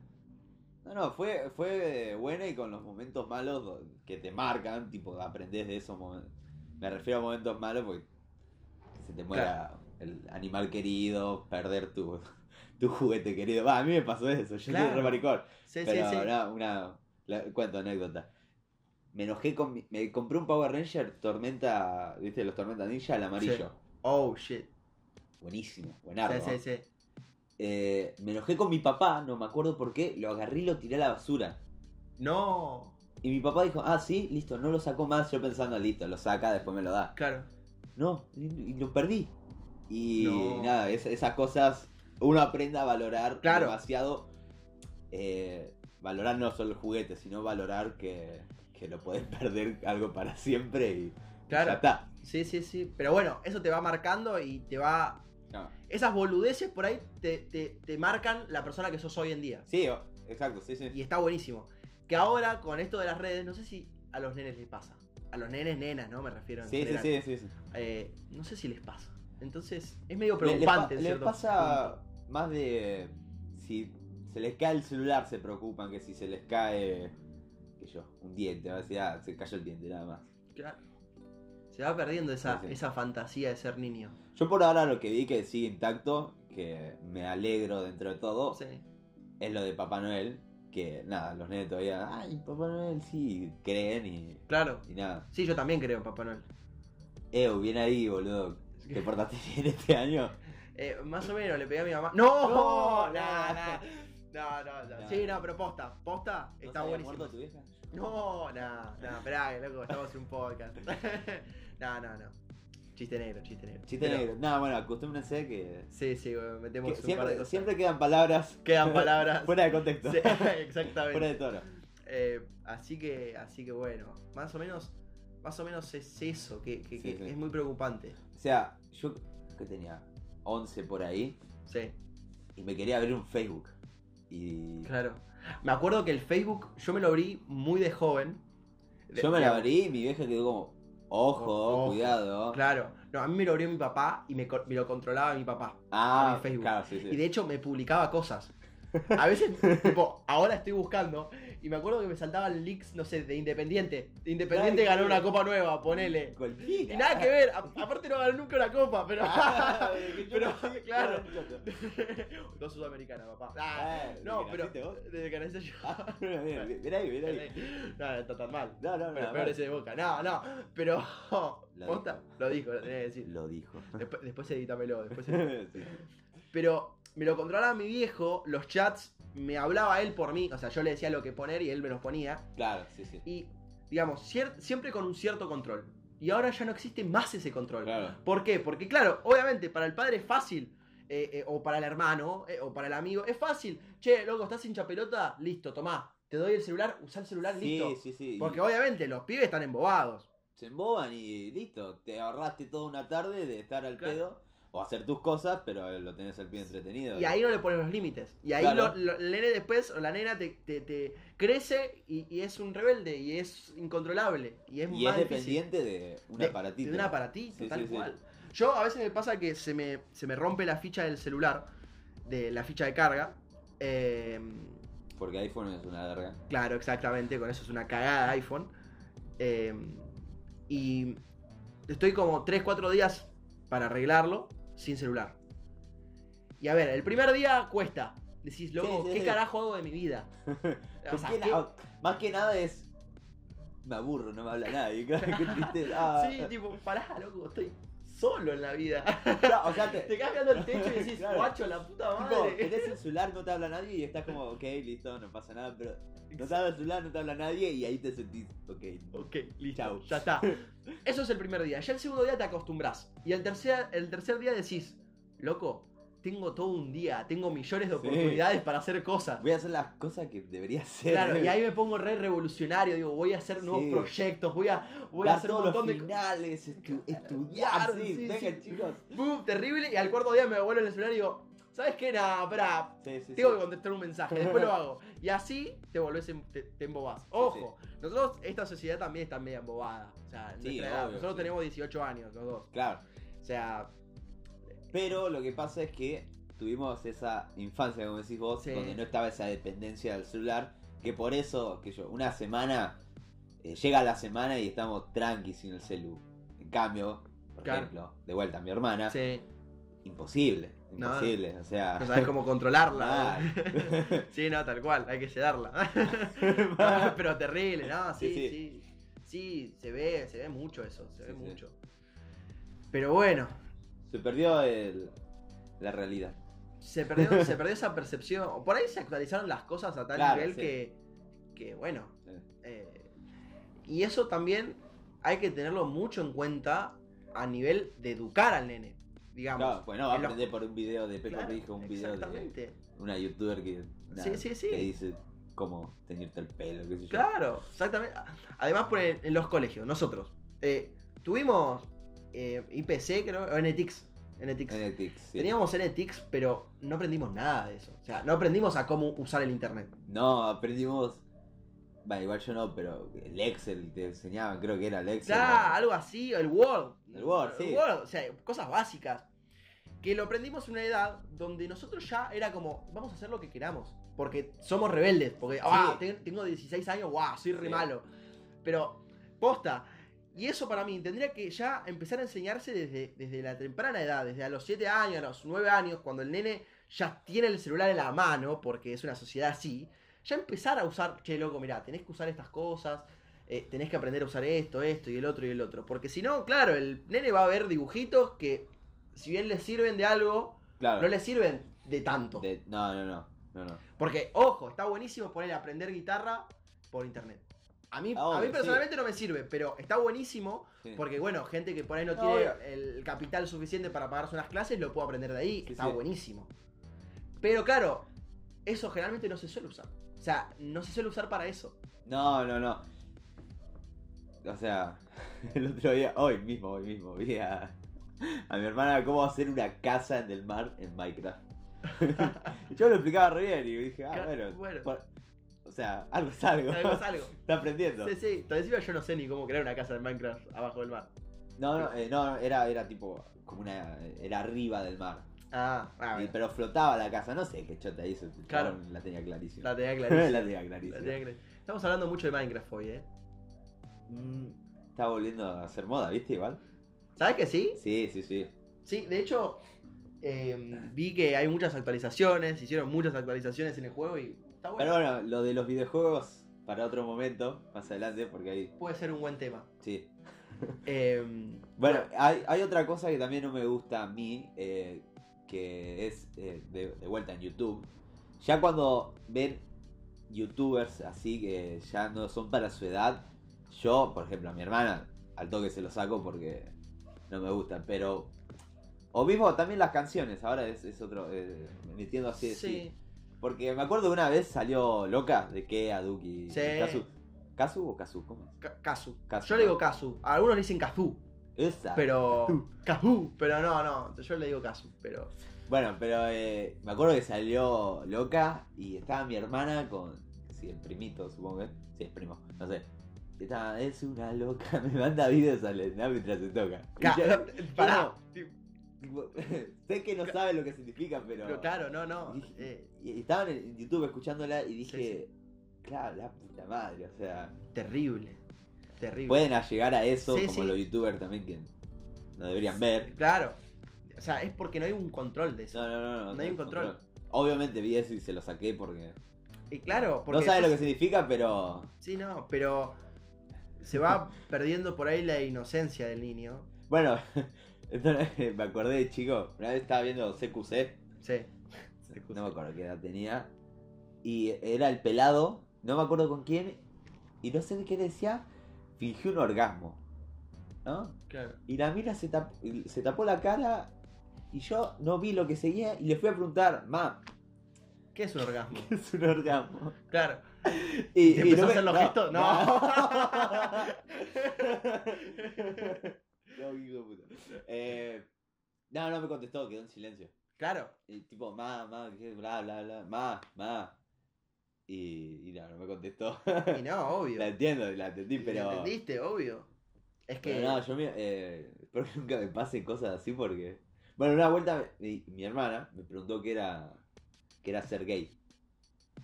[SPEAKER 2] No, no, fue, fue buena y con los momentos malos do- que te marcan, tipo, aprendés de esos momentos. Me refiero a momentos malos porque se te muera el animal querido, perder tu, (laughs) tu juguete querido. Va, a mí me pasó eso, yo
[SPEAKER 1] Claro.
[SPEAKER 2] soy re maricón.
[SPEAKER 1] Sí, sí,
[SPEAKER 2] pero
[SPEAKER 1] sí.
[SPEAKER 2] no, una, la- cuento anécdota. Me enojé con mi- me compré un Power Ranger Tormenta, ¿viste? Los Tormenta Ninja, el amarillo.
[SPEAKER 1] Oh shit.
[SPEAKER 2] Buenísimo, buenardo.
[SPEAKER 1] sí,
[SPEAKER 2] ¿no?
[SPEAKER 1] sí, sí.
[SPEAKER 2] Eh, me enojé con mi papá, no me acuerdo por qué, lo agarré y lo tiré a la basura.
[SPEAKER 1] No.
[SPEAKER 2] Y mi papá dijo, ah, sí, listo, no lo sacó más. Yo pensando, listo, lo saca, después me lo da.
[SPEAKER 1] Claro.
[SPEAKER 2] No, y y lo perdí. Y
[SPEAKER 1] No.
[SPEAKER 2] nada, es- esas cosas, uno aprende a valorar
[SPEAKER 1] Claro.
[SPEAKER 2] demasiado. eh, valorar no solo el juguete, sino valorar que, que lo podés (laughs) perder algo para siempre y
[SPEAKER 1] Claro.
[SPEAKER 2] ya está.
[SPEAKER 1] Sí, sí, sí. Pero bueno, eso te va marcando y te va.
[SPEAKER 2] No.
[SPEAKER 1] Esas boludeces por ahí te, te, te marcan la persona que sos hoy en día.
[SPEAKER 2] Sí, o- exacto, sí, sí.
[SPEAKER 1] Y está buenísimo. Que ahora, con esto de las redes, no sé si a los nenes les pasa. A los nenes, nenas, ¿no? Me refiero. en
[SPEAKER 2] Sí, sí,
[SPEAKER 1] general.
[SPEAKER 2] sí, sí, sí.
[SPEAKER 1] eh, no sé si les pasa. Entonces, es medio
[SPEAKER 2] Le- le
[SPEAKER 1] preocupante.
[SPEAKER 2] pa-
[SPEAKER 1] en
[SPEAKER 2] le
[SPEAKER 1] cierto
[SPEAKER 2] pasa
[SPEAKER 1] punto.
[SPEAKER 2] más de. Si se les cae el celular, se preocupan que si se les cae. Que yo, un diente, va a decir, ah, se cayó el diente, nada más.
[SPEAKER 1] Claro. Se va perdiendo esa,
[SPEAKER 2] Sí, sí.
[SPEAKER 1] esa fantasía de ser niño.
[SPEAKER 2] Yo por ahora lo que vi que sigue intacto, que me alegro dentro de todo,
[SPEAKER 1] Sí.
[SPEAKER 2] es lo de Papá Noel. Que nada, los nenes todavía, ay, Papá Noel sí, creen y,
[SPEAKER 1] Claro.
[SPEAKER 2] y nada.
[SPEAKER 1] Sí, yo también creo en Papá Noel.
[SPEAKER 2] Ew, bien ahí, boludo. ¿Te portaste (laughs) bien este año?
[SPEAKER 1] Eh, más o menos le pegué a mi mamá. ¡No!
[SPEAKER 2] No,
[SPEAKER 1] Nah,
[SPEAKER 2] no.
[SPEAKER 1] nah. No, no, no.
[SPEAKER 2] No,
[SPEAKER 1] Sí,
[SPEAKER 2] no.
[SPEAKER 1] no, pero posta. Posta está
[SPEAKER 2] ¿No se había
[SPEAKER 1] buenísimo.
[SPEAKER 2] muerto tu vieja?
[SPEAKER 1] No, no, no. Esperá, que loco, estamos en un podcast. (laughs) no, no, no. Chiste negro, chiste negro.
[SPEAKER 2] Chiste
[SPEAKER 1] Pero-
[SPEAKER 2] negro. Nada, bueno, acostúmbrense que.
[SPEAKER 1] Sí, sí, bueno, metemos
[SPEAKER 2] que
[SPEAKER 1] un par de
[SPEAKER 2] siempre,
[SPEAKER 1] cosas.
[SPEAKER 2] siempre quedan palabras
[SPEAKER 1] Quedan palabras.
[SPEAKER 2] (laughs) fuera de
[SPEAKER 1] (laughs)
[SPEAKER 2] contexto.
[SPEAKER 1] Sí, exactamente.
[SPEAKER 2] Fuera de tono.
[SPEAKER 1] Eh, así que, así que bueno, más o menos, más o menos es eso, que, que-
[SPEAKER 2] Sí,
[SPEAKER 1] que
[SPEAKER 2] sí.
[SPEAKER 1] es muy preocupante.
[SPEAKER 2] O sea, yo que tenía 11 por ahí
[SPEAKER 1] Sí,
[SPEAKER 2] y me quería abrir un Facebook. Y
[SPEAKER 1] claro. Me acuerdo que el Facebook yo me lo abrí muy de joven. De-
[SPEAKER 2] yo me lo
[SPEAKER 1] digamos,
[SPEAKER 2] abrí y mi vieja quedó como, ojo,
[SPEAKER 1] Ojo.
[SPEAKER 2] cuidado.
[SPEAKER 1] Claro, no, a mí me lo abrió mi papá y me, co- me lo controlaba mi papá.
[SPEAKER 2] Ah,
[SPEAKER 1] abrí Facebook.
[SPEAKER 2] claro, sí, sí.
[SPEAKER 1] Y de hecho me publicaba cosas. A veces, (laughs) tipo, ahora estoy buscando y me acuerdo que me saltaban leaks, no sé, de Independiente. De Independiente
[SPEAKER 2] Ay,
[SPEAKER 1] ganó
[SPEAKER 2] sí.
[SPEAKER 1] una copa nueva, ponele.
[SPEAKER 2] (laughs) Cualquiera.
[SPEAKER 1] Y nada que ver, a- aparte no ganó nunca una copa,
[SPEAKER 2] (laughs)
[SPEAKER 1] pero.
[SPEAKER 2] Ah, de que
[SPEAKER 1] (laughs)
[SPEAKER 2] yo
[SPEAKER 1] Pero,
[SPEAKER 2] nací,
[SPEAKER 1] claro.
[SPEAKER 2] yo-
[SPEAKER 1] (laughs) Dos sudamericanas, papá.
[SPEAKER 2] Ah,
[SPEAKER 1] no,
[SPEAKER 2] ¿de que
[SPEAKER 1] pero.
[SPEAKER 2] naciste vos? (laughs)
[SPEAKER 1] Desde que nací yo.
[SPEAKER 2] Ah, mira, mira, mira ahí,
[SPEAKER 1] (laughs)
[SPEAKER 2] mira ahí.
[SPEAKER 1] No, no está tan mal.
[SPEAKER 2] No, no, no.
[SPEAKER 1] Pero peor
[SPEAKER 2] vale.
[SPEAKER 1] ese de boca. No, no.
[SPEAKER 2] (laughs)
[SPEAKER 1] Pero. posta,
[SPEAKER 2] dijo.
[SPEAKER 1] Lo dijo, lo tenía que
[SPEAKER 2] (laughs)
[SPEAKER 1] decir. (laughs)
[SPEAKER 2] Lo dijo.
[SPEAKER 1] Después, después edítamelo, después edítamelo.
[SPEAKER 2] Sí.
[SPEAKER 1] Pero me lo controlaba mi viejo, los chats, me hablaba él por mí, o sea, yo le decía lo que poner y él me los ponía.
[SPEAKER 2] Claro, sí, sí.
[SPEAKER 1] Y, digamos, cier- siempre con un cierto control. Y ahora ya no existe más ese control.
[SPEAKER 2] Claro.
[SPEAKER 1] ¿Por qué? Porque, claro, obviamente para el padre es fácil, eh, eh, o para el hermano, eh, o para el amigo, es fácil. Che, loco, estás hincha pelota, listo, tomá. Te doy el celular, usá el celular,
[SPEAKER 2] Sí,
[SPEAKER 1] listo.
[SPEAKER 2] sí, sí.
[SPEAKER 1] Porque obviamente los pibes están embobados.
[SPEAKER 2] se emboban y listo, te ahorraste toda una tarde de estar al
[SPEAKER 1] Claro.
[SPEAKER 2] pedo o hacer tus cosas, pero lo tenés al pie entretenido.
[SPEAKER 1] Y ahí no le pones los límites. Y ahí
[SPEAKER 2] Claro.
[SPEAKER 1] lo- lo- el nene después, o la nena, te, te- te crece y, y es un rebelde y es incontrolable. Y es
[SPEAKER 2] Y
[SPEAKER 1] más
[SPEAKER 2] es
[SPEAKER 1] difícil.
[SPEAKER 2] dependiente de un aparatito.
[SPEAKER 1] De un aparatito,
[SPEAKER 2] Sí,
[SPEAKER 1] tal
[SPEAKER 2] sí, sí.
[SPEAKER 1] cual. Yo a veces me pasa que se me, se me rompe la ficha del celular, de la ficha de carga. Eh,
[SPEAKER 2] Porque iPhone es una verga.
[SPEAKER 1] claro, exactamente, con eso es una cagada iPhone. Eh, y estoy como 3, 4 días para arreglarlo sin celular. Y a ver, el primer día cuesta. Decís, loco,
[SPEAKER 2] Sí, sí,
[SPEAKER 1] ¿qué
[SPEAKER 2] sí.
[SPEAKER 1] carajo hago de mi
[SPEAKER 2] (laughs)
[SPEAKER 1] vida? O sea,
[SPEAKER 2] Porque
[SPEAKER 1] ¿qué-
[SPEAKER 2] la- más que nada es. Me aburro, no me habla nadie. (laughs) Claro, qué triste. Ah,
[SPEAKER 1] Sí, tipo, pará, loco, estoy solo en la vida.
[SPEAKER 2] (laughs) claro, o sea, te,
[SPEAKER 1] Te quedas mirando el techo y decís,
[SPEAKER 2] Claro.
[SPEAKER 1] guacho, la puta
[SPEAKER 2] tipo,
[SPEAKER 1] madre.
[SPEAKER 2] tenés el celular, no te habla nadie y estás como, ok, listo, no pasa nada, pero no te habla el celular, no te habla nadie y ahí te sentís, ok.
[SPEAKER 1] Ok, listo.
[SPEAKER 2] Chau.
[SPEAKER 1] Ya
[SPEAKER 2] (laughs)
[SPEAKER 1] está. Eso es el primer día. Ya el segundo día te acostumbrás. Y el tercer, el tercer día decís, loco, tengo todo un día, tengo millones de
[SPEAKER 2] Sí.
[SPEAKER 1] oportunidades para hacer
[SPEAKER 2] (laughs)
[SPEAKER 1] cosas.
[SPEAKER 2] Voy a hacer las cosas que debería hacer.
[SPEAKER 1] Claro,
[SPEAKER 2] (laughs)
[SPEAKER 1] y ahí me pongo re revolucionario, digo, voy a hacer nuevos
[SPEAKER 2] Sí.
[SPEAKER 1] proyectos, voy a, voy a
[SPEAKER 2] Dar
[SPEAKER 1] hacer un
[SPEAKER 2] todos
[SPEAKER 1] montón
[SPEAKER 2] los
[SPEAKER 1] de cosas.
[SPEAKER 2] finales, estu- estudiar, sí,
[SPEAKER 1] sí,
[SPEAKER 2] vengan
[SPEAKER 1] sí.
[SPEAKER 2] chicos.
[SPEAKER 1] Boom, terrible. Y al cuarto día me vuelvo en el celular y digo, ¿sabes qué? Nah, pará,
[SPEAKER 2] Sí, sí,
[SPEAKER 1] Tengo
[SPEAKER 2] sí.
[SPEAKER 1] que contestar un mensaje, después lo hago. Y así te volvés, en- te, te embobás. Ojo, nosotros, esta sociedad también está media embobada. O sea,
[SPEAKER 2] Sí,
[SPEAKER 1] nuestra edad.
[SPEAKER 2] obvio,
[SPEAKER 1] nosotros
[SPEAKER 2] sí.
[SPEAKER 1] tenemos 18 años, los dos.
[SPEAKER 2] Claro,
[SPEAKER 1] O sea,
[SPEAKER 2] pero lo que pasa es que tuvimos esa infancia, como decís vos,
[SPEAKER 1] Sí.
[SPEAKER 2] donde no estaba esa dependencia del celular, que por eso, que yo, una semana, eh, llega la semana y estamos tranqui sin el celu. En cambio, por
[SPEAKER 1] Claro.
[SPEAKER 2] ejemplo, de vuelta a mi hermana, (laughs)
[SPEAKER 1] sí,
[SPEAKER 2] imposible,
[SPEAKER 1] No.
[SPEAKER 2] imposible, o sea...
[SPEAKER 1] no sabes cómo controlarla.
[SPEAKER 2] mal.
[SPEAKER 1] Sí, no, tal cual, hay que (laughs) sedarla. (laughs) Pero terrible, ¿no? Sí, sí.
[SPEAKER 2] Sí,
[SPEAKER 1] Sí, se ve, se ve mucho eso, se ve
[SPEAKER 2] Sí, sí.
[SPEAKER 1] mucho. Pero bueno,
[SPEAKER 2] Se perdió el- la realidad.
[SPEAKER 1] se
[SPEAKER 2] (laughs)
[SPEAKER 1] perdió, se perdió esa percepción. Por ahí se actualizaron las cosas a tal
[SPEAKER 2] Claro,
[SPEAKER 1] nivel
[SPEAKER 2] sí.
[SPEAKER 1] que, que, bueno.
[SPEAKER 2] Sí.
[SPEAKER 1] eh, y eso también hay que tenerlo mucho en cuenta a nivel de educar al nene. Digamos.
[SPEAKER 2] Claro, pues no, va a
[SPEAKER 1] en los-
[SPEAKER 2] aprender por un video de Peco
[SPEAKER 1] Claro,
[SPEAKER 2] Rijo, un video de
[SPEAKER 1] Exactamente.
[SPEAKER 2] una youtuber que,
[SPEAKER 1] Sí, sí, sí.
[SPEAKER 2] que dice cómo teñirte el pelo, qué sé yo.
[SPEAKER 1] Claro, exactamente. Además, por en, en los colegios, nosotros. eh, tuvimos eh, IPC, creo, o NTX. NTX.
[SPEAKER 2] En el tic, sí.
[SPEAKER 1] Teníamos NTX, pero no aprendimos nada de eso. O sea, no aprendimos a cómo usar el internet.
[SPEAKER 2] No, aprendimos. Va, igual yo no, pero el Excel te enseñaban, creo que era el Excel.
[SPEAKER 1] Claro, algo así, o el Word.
[SPEAKER 2] El Word, sí.
[SPEAKER 1] Word, o sea, cosas básicas. Que lo aprendimos en una edad donde nosotros ya era como, vamos a hacer lo que queramos. Porque somos rebeldes. Porque, ah,
[SPEAKER 2] Sí.
[SPEAKER 1] ten- tengo 16 años, wow, soy re
[SPEAKER 2] Sí.
[SPEAKER 1] malo. Pero, posta. Y eso para mí tendría que ya empezar a enseñarse desde, desde la temprana edad, desde a los 7 años, a los 9 años, cuando el nene ya tiene el celular en la mano, porque es una sociedad así. Ya empezar a usar, che, loco, mirá, tenés que usar estas cosas, eh, tenés que aprender a usar esto, esto y el otro y el otro. Porque si no, claro, el nene va a ver dibujitos que, si bien le sirven de algo,
[SPEAKER 2] Claro.
[SPEAKER 1] no le sirven de tanto.
[SPEAKER 2] De- no, no, no, no, no.
[SPEAKER 1] Porque, ojo, está buenísimo poner a aprender guitarra por internet. A mí,
[SPEAKER 2] Ah,
[SPEAKER 1] a mí
[SPEAKER 2] obvio,
[SPEAKER 1] personalmente no me sirve, pero está buenísimo
[SPEAKER 2] Sí.
[SPEAKER 1] porque, bueno, gente que por ahí no
[SPEAKER 2] No,
[SPEAKER 1] tiene
[SPEAKER 2] obvio.
[SPEAKER 1] el capital suficiente para pagarse unas clases, lo puedo aprender de ahí,
[SPEAKER 2] Sí,
[SPEAKER 1] está
[SPEAKER 2] sí.
[SPEAKER 1] buenísimo. Pero claro, eso generalmente no se suele usar. O sea, no se suele usar para eso.
[SPEAKER 2] (laughs) No, no, no. O sea, (laughs) el otro día, hoy mismo, hoy mismo, vi a, a mi hermana cómo hacer una casa en el mar en Minecraft. (laughs) Yo lo explicaba re bien y dije, ah,
[SPEAKER 1] Claro,
[SPEAKER 2] bueno.
[SPEAKER 1] bueno.
[SPEAKER 2] por- o sea, algo es algo.
[SPEAKER 1] Algo es algo.
[SPEAKER 2] (laughs) Está aprendiendo.
[SPEAKER 1] Sí, sí, te decía yo no sé ni cómo crear una casa en Minecraft abajo del mar.
[SPEAKER 2] No, no, eh, no, era, era tipo, como una, era arriba del mar.
[SPEAKER 1] Ah, ah,
[SPEAKER 2] Y-
[SPEAKER 1] bueno.
[SPEAKER 2] pero flotaba la casa, no sé qué chota hizo. este
[SPEAKER 1] Claro.
[SPEAKER 2] chabón, La tenía clarísima. (laughs)
[SPEAKER 1] La tenía
[SPEAKER 2] La
[SPEAKER 1] clarísima.
[SPEAKER 2] tenía
[SPEAKER 1] La
[SPEAKER 2] clarísima.
[SPEAKER 1] tenía clarísima. Estamos hablando mucho de Minecraft hoy, ¿eh?
[SPEAKER 2] Mm, Está volviendo a hacer moda, ¿viste? Igual.
[SPEAKER 1] ¿Sabes que sí?
[SPEAKER 2] Sí, sí, sí.
[SPEAKER 1] Sí, de hecho, eh, vi que hay muchas actualizaciones, hicieron muchas actualizaciones en el juego y está bueno.
[SPEAKER 2] Pero bueno, lo de los videojuegos para otro momento, más adelante, porque ahí.
[SPEAKER 1] Puede ser un buen tema.
[SPEAKER 2] Sí.
[SPEAKER 1] Eh,
[SPEAKER 2] Bueno, hay, hay otra cosa que también no me gusta a mí, eh, que es eh, de, de vuelta en YouTube. Ya cuando ven youtubers así que ya no son para su edad, yo, por ejemplo, a mi hermana, al toque se lo saco porque no me gustan, pero... O mismo también las canciones, ahora es, es otro, eh, metiendo así.
[SPEAKER 1] sí,
[SPEAKER 2] de sí. Porque me acuerdo que una vez salió loca de que a Duki.
[SPEAKER 1] Sí.
[SPEAKER 2] Kazu. ¿Kazu o Kazu? ¿Cómo es?
[SPEAKER 1] Ca- Kazu.
[SPEAKER 2] Kazu.
[SPEAKER 1] Yo le digo Kazu. A algunos le dicen Kazu,
[SPEAKER 2] Esa.
[SPEAKER 1] pero. Kazu. Pero no, no. Yo le digo Kazu, pero.
[SPEAKER 2] Bueno, pero eh, me acuerdo que salió loca y estaba mi hermana con. Sí, el primito, supongo que. es. Sí, es primo, no sé. Y Estaba, es una loca, (laughs) me manda videos a Lena mientras se toca. Y
[SPEAKER 1] Ca-
[SPEAKER 2] yo,
[SPEAKER 1] eh, Pará.
[SPEAKER 2] tipo, (laughs) sé que no sabe lo que significa, pero.
[SPEAKER 1] Pero claro, no, no.
[SPEAKER 2] Y-
[SPEAKER 1] eh,
[SPEAKER 2] Y, y estaba en YouTube escuchándola y dije,
[SPEAKER 1] Sí,
[SPEAKER 2] claro, la puta madre, o sea.
[SPEAKER 1] terrible. Terrible.
[SPEAKER 2] Pueden llegar a eso,
[SPEAKER 1] Sí,
[SPEAKER 2] como
[SPEAKER 1] sí.
[SPEAKER 2] los youtubers también que no deberían ver.
[SPEAKER 1] Claro. O sea, es porque no hay un control de eso.
[SPEAKER 2] No, no, no, no.
[SPEAKER 1] No hay un control.
[SPEAKER 2] Obviamente vi eso y se lo saqué porque.
[SPEAKER 1] Y claro, porque. pues
[SPEAKER 2] no sabe lo
[SPEAKER 1] después-
[SPEAKER 2] que significa, pero.
[SPEAKER 1] Sí, no, pero se
[SPEAKER 2] (laughs)
[SPEAKER 1] va perdiendo por ahí la inocencia del niño.
[SPEAKER 2] Bueno, (laughs) entonces, me acordé, chico, una vez estaba viendo CQC,
[SPEAKER 1] Sí.
[SPEAKER 2] no me acuerdo qué edad tenía, y era el pelado, no me acuerdo con quién, y no sé qué decía, fingió un orgasmo, ¿no?
[SPEAKER 1] Claro.
[SPEAKER 2] Y la mina se, tap- se tapó la cara y yo no vi lo que seguía y le fui a preguntar, ma,
[SPEAKER 1] ¿Qué es un
[SPEAKER 2] (laughs)
[SPEAKER 1] orgasmo?
[SPEAKER 2] ¿qué es un orgasmo?
[SPEAKER 1] Claro.
[SPEAKER 2] Y,
[SPEAKER 1] ¿Te empezó a hacer los gestos? No. (laughs)
[SPEAKER 2] No, (laughs) hijo de puta. Eh, no, no me contestó, quedó en silencio.
[SPEAKER 1] Claro.
[SPEAKER 2] Y tipo, ma, ma, que bla, bla, bla, ma, ma. Y, y no, no me contestó. (laughs)
[SPEAKER 1] Y no, obvio.
[SPEAKER 2] la entiendo, la entendí,
[SPEAKER 1] Y
[SPEAKER 2] pero.
[SPEAKER 1] ¿Entendiste? Obvio. Es que.
[SPEAKER 2] pero no, yo me. Eh, espero que nunca me pasen cosas así porque. Bueno, una vuelta mi, mi hermana me preguntó qué era. qué era ser gay.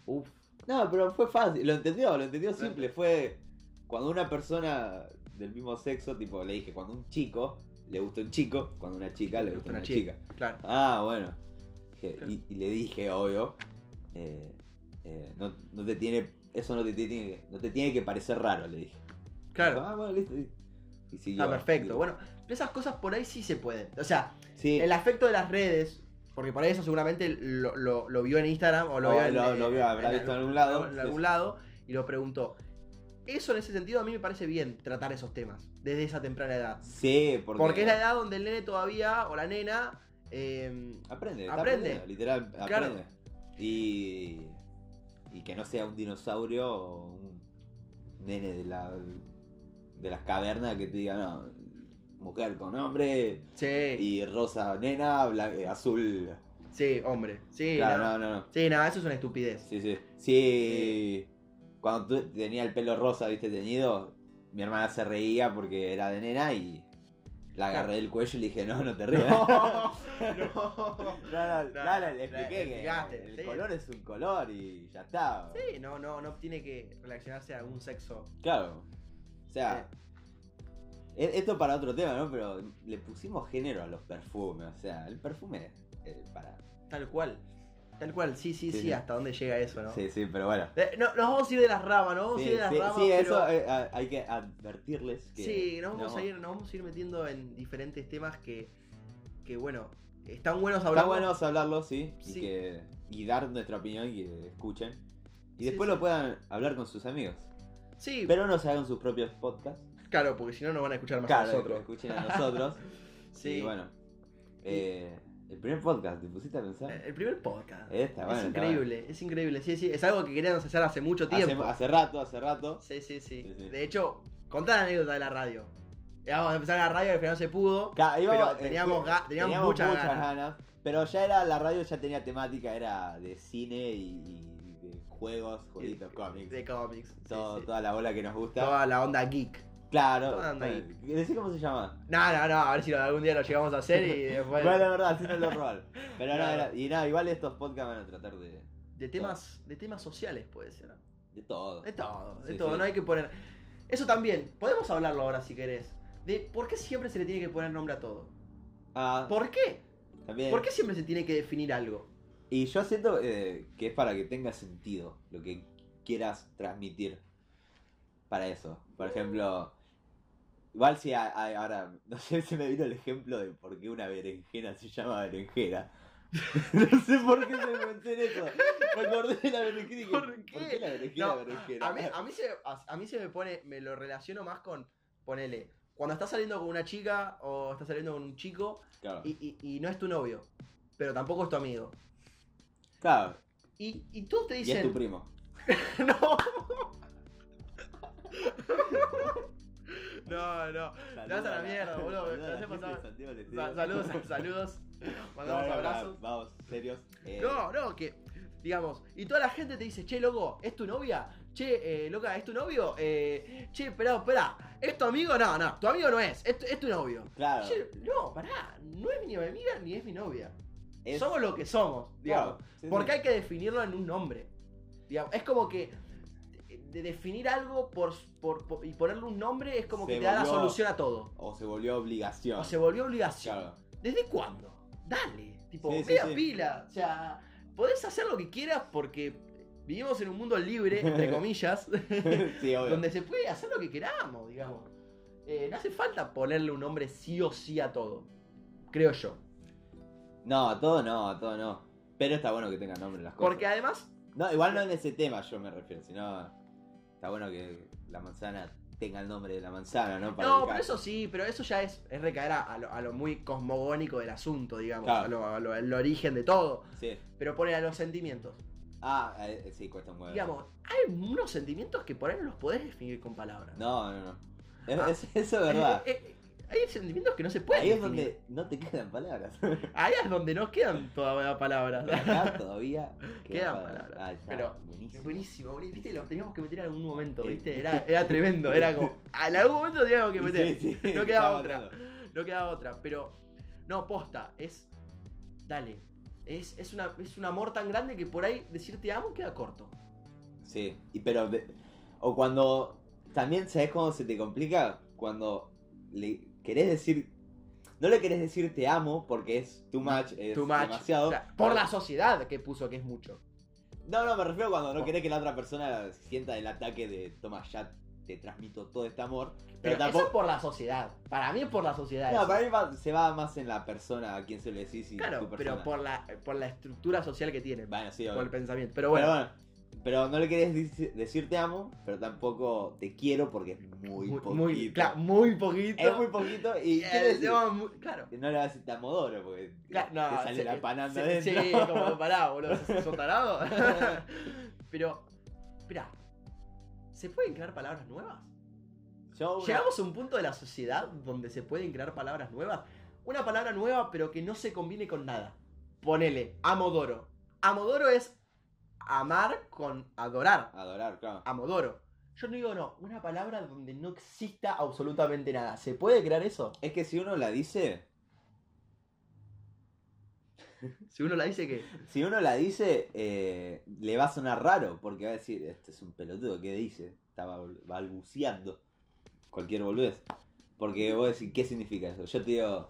[SPEAKER 1] Uf.
[SPEAKER 2] No, pero fue fácil, lo entendió, lo entendió
[SPEAKER 1] Claro.
[SPEAKER 2] simple. Fue cuando una persona del mismo sexo, tipo, le dije, cuando un chico le gusta un chico, cuando una chica le gusta una, chica.
[SPEAKER 1] Claro.
[SPEAKER 2] Ah, bueno. Dije,
[SPEAKER 1] Claro.
[SPEAKER 2] y, y le dije, obvio, eh, eh, no, no te tiene, eso no te, tiene, no te tiene que parecer raro, le dije.
[SPEAKER 1] Claro.
[SPEAKER 2] Ah, bueno, listo. Y, y siguió.
[SPEAKER 1] Ah, perfecto.
[SPEAKER 2] Digo,
[SPEAKER 1] Bueno, pero esas cosas por ahí sí se pueden. O sea,
[SPEAKER 2] sí,
[SPEAKER 1] el afecto de las redes. Porque por ahí eso seguramente lo, lo- lo vio en Instagram o lo
[SPEAKER 2] O
[SPEAKER 1] vio en,
[SPEAKER 2] lo-
[SPEAKER 1] eh,
[SPEAKER 2] lo vio, habrá visto en algún lado.
[SPEAKER 1] en algún lado y lo preguntó. Eso en ese sentido a mí me parece bien tratar esos temas desde esa temprana edad.
[SPEAKER 2] sí, porque,
[SPEAKER 1] Porque es la edad donde el nene todavía, o la nena, eh,
[SPEAKER 2] Aprende, está
[SPEAKER 1] Aprende.
[SPEAKER 2] aprendiendo, literal, aprende.
[SPEAKER 1] Claro.
[SPEAKER 2] Y, y que no sea un dinosaurio o un nene de, la, de las cavernas que te diga, no, mujer con hombre
[SPEAKER 1] sí,
[SPEAKER 2] y rosa nena, bla- eh, azul.
[SPEAKER 1] sí, hombre. Sí,
[SPEAKER 2] claro,
[SPEAKER 1] no.
[SPEAKER 2] no, no, no.
[SPEAKER 1] Sí, nada, eso es una
[SPEAKER 2] (laughs)
[SPEAKER 1] estupidez. (laughs)
[SPEAKER 2] Sí, sí. Sí, cuando tú tenía el pelo rosa, viste, teñido, mi hermana se reía porque era de nena y la agarré del cuello y le dije, no, (laughs) no te rías.
[SPEAKER 1] no.
[SPEAKER 2] No, no,
[SPEAKER 1] No,
[SPEAKER 2] no, no, le
[SPEAKER 1] le
[SPEAKER 2] expliqué
[SPEAKER 1] explicaste,
[SPEAKER 2] que el
[SPEAKER 1] sí.
[SPEAKER 2] color es un color y ya está.
[SPEAKER 1] Sí, no, no, no tiene que relacionarse a algún sexo.
[SPEAKER 2] Claro. O sea, e- esto para otro tema, ¿no? Pero le pusimos género a los perfumes. O sea, el perfume eh, para.
[SPEAKER 1] Tal cual. Tal cual, sí, sí,
[SPEAKER 2] Sí,
[SPEAKER 1] sí,
[SPEAKER 2] sí.
[SPEAKER 1] hasta dónde llega eso, ¿no?
[SPEAKER 2] Sí, sí, pero bueno.
[SPEAKER 1] Eh, no, nos vamos a ir de las ramas, nos vamos a
[SPEAKER 2] Sí,
[SPEAKER 1] ir de las
[SPEAKER 2] sí,
[SPEAKER 1] ramas.
[SPEAKER 2] sí,
[SPEAKER 1] pero-
[SPEAKER 2] eso eh, a- hay que advertirles que.
[SPEAKER 1] Sí, nos vamos,
[SPEAKER 2] no,
[SPEAKER 1] a ir, nos vamos a ir metiendo en diferentes temas que, que bueno, están buenos
[SPEAKER 2] Está
[SPEAKER 1] hablar.
[SPEAKER 2] bueno hablarlo, sí. Y,
[SPEAKER 1] Sí.
[SPEAKER 2] que- y dar nuestra opinión y que escuchen. Y
[SPEAKER 1] Sí,
[SPEAKER 2] después
[SPEAKER 1] sí.
[SPEAKER 2] lo puedan hablar con sus amigos.
[SPEAKER 1] Sí,
[SPEAKER 2] Pero no se hagan sus propios podcasts.
[SPEAKER 1] claro, porque si no nos van a escuchar más a
[SPEAKER 2] Claro, que lo
[SPEAKER 1] nosotros.
[SPEAKER 2] escuchen a nosotros.
[SPEAKER 1] Sí.
[SPEAKER 2] (laughs) Y bueno. eh, el primer podcast, ¿te pusiste a pensar?
[SPEAKER 1] Eh, El primer podcast.
[SPEAKER 2] Esta, bueno,
[SPEAKER 1] es
[SPEAKER 2] está
[SPEAKER 1] increíble, es increíble, sí, sí, es algo que queríamos hacer hace mucho
[SPEAKER 2] bueno. Hace,
[SPEAKER 1] tiempo.
[SPEAKER 2] hace rato, hace rato.
[SPEAKER 1] Sí, sí, sí,
[SPEAKER 2] Sí, sí.
[SPEAKER 1] De hecho, contá la anécdota de la radio. Eh, Vamos a empezar la radio, al final no se pudo.
[SPEAKER 2] Ca- íbamos-
[SPEAKER 1] Pero teníamos
[SPEAKER 2] eh,
[SPEAKER 1] ga- teníamos muchas ganas.
[SPEAKER 2] Pero ya era, la radio ya tenía temática, era de cine y, y de juegos, jueguitos, cómics.
[SPEAKER 1] De cómics. sí,
[SPEAKER 2] todo-
[SPEAKER 1] sí.
[SPEAKER 2] Toda la bola que nos gusta.
[SPEAKER 1] Toda la onda geek.
[SPEAKER 2] Claro. eh,
[SPEAKER 1] Anda ahí.
[SPEAKER 2] Decí cómo se llama.
[SPEAKER 1] No, no, no, a ver si lo- algún día lo llegamos a hacer
[SPEAKER 2] (laughs)
[SPEAKER 1] y después.
[SPEAKER 2] Bueno, la verdad, así no lo roban. Pero no,
[SPEAKER 1] Claro.
[SPEAKER 2] era- y nada, igual estos podcasts van a tratar de,
[SPEAKER 1] de temas, de temas sociales puede ser. ¿no?
[SPEAKER 2] de todo.
[SPEAKER 1] De todo, de
[SPEAKER 2] Sí,
[SPEAKER 1] todo,
[SPEAKER 2] sí.
[SPEAKER 1] no hay que poner. Eso también, podemos hablarlo ahora si querés. De por qué siempre se le tiene que poner nombre a todo.
[SPEAKER 2] Ah,
[SPEAKER 1] ¿Por qué?
[SPEAKER 2] también.
[SPEAKER 1] ¿Por qué siempre se tiene que definir algo?
[SPEAKER 2] Y yo siento eh, que es para que tenga sentido lo que quieras transmitir para eso. Por ejemplo, igual si a- a- ahora, (laughs) no sé si me vino el ejemplo de por qué una berenjena se llama berenjena. (laughs) no sé por qué se me pensé en eso. Me acordé de la berenjena y dije,
[SPEAKER 1] ¿Por qué?
[SPEAKER 2] la berenjena
[SPEAKER 1] No,
[SPEAKER 2] berenjena?
[SPEAKER 1] A mí, a mí se, a, a mí se me pone, me lo relaciono más con, ponele, cuando estás saliendo con una chica o estás saliendo con un chico
[SPEAKER 2] Claro.
[SPEAKER 1] y, y- y no es tu novio, pero tampoco es tu amigo.
[SPEAKER 2] Claro,
[SPEAKER 1] Y, y todos te
[SPEAKER 2] y es
[SPEAKER 1] (laughs)
[SPEAKER 2] tu
[SPEAKER 1] dicen,
[SPEAKER 2] primo.
[SPEAKER 1] no. (laughs) No, no. vas a la mierda, boludo, me
[SPEAKER 2] Saludos a la
[SPEAKER 1] hace
[SPEAKER 2] gente
[SPEAKER 1] pasar-
[SPEAKER 2] de Santiago del
[SPEAKER 1] Sa-
[SPEAKER 2] Estero.
[SPEAKER 1] saludos,
[SPEAKER 2] (laughs)
[SPEAKER 1] saludos. Mandamos
[SPEAKER 2] No, no, no,
[SPEAKER 1] abrazos.
[SPEAKER 2] Vamos, serios. Eh,
[SPEAKER 1] No, no, que. Digamos, y toda la gente te dice, che, loco, ¿es tu novia? Che, eh, loca, ¿es tu novio? Eh, che, esperá, esperá, ¿es tu amigo? No, no, tu amigo no es, es tu, es tu novio.
[SPEAKER 2] Claro.
[SPEAKER 1] Che, no, pará, no es ni mi amiga ni es mi novia.
[SPEAKER 2] es-
[SPEAKER 1] Somos lo que somos, digamos.
[SPEAKER 2] Claro, sí,
[SPEAKER 1] Porque
[SPEAKER 2] sí.
[SPEAKER 1] hay que definirlo en un nombre. Digamos, es como que de definir algo por, por- por- y ponerle un nombre es como
[SPEAKER 2] Se
[SPEAKER 1] que te da la
[SPEAKER 2] volvió-
[SPEAKER 1] solución a todo.
[SPEAKER 2] O se volvió obligación.
[SPEAKER 1] O se volvió obligación.
[SPEAKER 2] Claro.
[SPEAKER 1] ¿Desde cuándo? Dale, tipo,
[SPEAKER 2] Sí, sí,
[SPEAKER 1] media
[SPEAKER 2] sí.
[SPEAKER 1] pila. O sea, podés hacer lo que quieras porque vivimos en un mundo libre,
[SPEAKER 2] (laughs)
[SPEAKER 1] entre comillas,
[SPEAKER 2] (laughs) sí, obvio.
[SPEAKER 1] donde se puede hacer lo que queramos, digamos. Eh, no hace falta ponerle un nombre sí o sí a todo. Creo yo.
[SPEAKER 2] No, a todo no, a todo no. Pero está bueno que tengan nombre las cosas.
[SPEAKER 1] Porque además,
[SPEAKER 2] No, igual no en ese tema yo me refiero, sino está bueno que la manzana tenga el nombre de la manzana, ¿no? Para
[SPEAKER 1] no,
[SPEAKER 2] ubicar.
[SPEAKER 1] pero eso sí, pero eso ya es, es recaer a, a lo, a lo muy cosmogónico del asunto, digamos,
[SPEAKER 2] Claro.
[SPEAKER 1] a lo- a lo- al origen de todo.
[SPEAKER 2] Sí.
[SPEAKER 1] Pero poner a los sentimientos.
[SPEAKER 2] Ah, eh, sí, cuesta un huevo.
[SPEAKER 1] Digamos, hay unos sentimientos que por ahí no los podés definir con palabras.
[SPEAKER 2] No, no, no. Es-
[SPEAKER 1] Ah.
[SPEAKER 2] es- eso es
[SPEAKER 1] (laughs)
[SPEAKER 2] verdad.
[SPEAKER 1] Eh, eh, eh, hay sentimientos que no se pueden.
[SPEAKER 2] Ahí es
[SPEAKER 1] definir.
[SPEAKER 2] donde no te quedan palabras.
[SPEAKER 1] Ahí es donde no quedan todavía palabras.
[SPEAKER 2] Acá todavía
[SPEAKER 1] (laughs) Quedan palabras.
[SPEAKER 2] Ah, está.
[SPEAKER 1] Pero-
[SPEAKER 2] (laughs) Buenísimo.
[SPEAKER 1] Buenísimo, boludo. Viste, los teníamos que meter en algún momento,
[SPEAKER 2] Sí.
[SPEAKER 1] ¿viste? Eh, (laughs) Era, era tremendo, era como. En algún momento lo teníamos que meter.
[SPEAKER 2] Sí, sí,
[SPEAKER 1] No quedaba
[SPEAKER 2] estaba
[SPEAKER 1] otra.
[SPEAKER 2] hablando.
[SPEAKER 1] No quedaba otra. Pero. No, posta, es. Dale. Es, es, una, es un amor tan grande que por ahí decir te amo queda corto.
[SPEAKER 2] Sí, y pero. de- o cuando. También, ¿sabes cómo se te complica? Cuando le querés decir. No le querés decir te amo porque es too much, es
[SPEAKER 1] Too much.
[SPEAKER 2] demasiado.
[SPEAKER 1] O sea, por la sociedad que puso que es mucho.
[SPEAKER 2] No, no, me refiero cuando
[SPEAKER 1] Oh.
[SPEAKER 2] no querés que la otra persona sienta el ataque de toma, ya te transmito todo este amor. Pero,
[SPEAKER 1] Pero, eso es
[SPEAKER 2] tampoco.
[SPEAKER 1] por la sociedad. Para mí es por la sociedad.
[SPEAKER 2] No,
[SPEAKER 1] eso.
[SPEAKER 2] para mí va- se va más en la persona a quien se lo decís y tu
[SPEAKER 1] Claro,
[SPEAKER 2] persona.
[SPEAKER 1] pero por la, por la estructura social que tiene.
[SPEAKER 2] Bueno, sí,
[SPEAKER 1] Por el
[SPEAKER 2] obvio.
[SPEAKER 1] pensamiento. Pero bueno.
[SPEAKER 2] Pero bueno. Pero no le querés dici- decir te amo, pero tampoco te quiero porque es muy,
[SPEAKER 1] muy,
[SPEAKER 2] poquito.
[SPEAKER 1] muy, claro, muy poquito.
[SPEAKER 2] Es muy poquito
[SPEAKER 1] (laughs)
[SPEAKER 2] y
[SPEAKER 1] Eh,
[SPEAKER 2] quiere decir-
[SPEAKER 1] no, muy- claro.
[SPEAKER 2] no le vas a decir te amodoro porque
[SPEAKER 1] Claro, no,
[SPEAKER 2] te sale
[SPEAKER 1] se-
[SPEAKER 2] la pananda
[SPEAKER 1] se-
[SPEAKER 2] adentro.
[SPEAKER 1] Sí, como pará, boludo, ¿sos sos tarado? Pero, espera, ¿se pueden crear palabras nuevas?
[SPEAKER 2] (laughs) Yo una-
[SPEAKER 1] ¿Llegamos a un punto de la sociedad donde se pueden crear palabras nuevas? Una palabra nueva pero que no se combine con nada. Ponele, amodoro. Amodoro es amar con adorar.
[SPEAKER 2] Adorar, claro.
[SPEAKER 1] Amodoro. Yo no digo no, una palabra donde no exista absolutamente nada. ¿Se puede crear eso?
[SPEAKER 2] Es que si uno la dice,
[SPEAKER 1] Si uno la dice que...
[SPEAKER 2] si uno la dice, eh, le va a sonar raro porque va a decir, este es un pelotudo, ¿qué dice? Estaba balbuceando. Cualquier boludez. Porque vos decís, ¿qué significa eso? Yo te digo.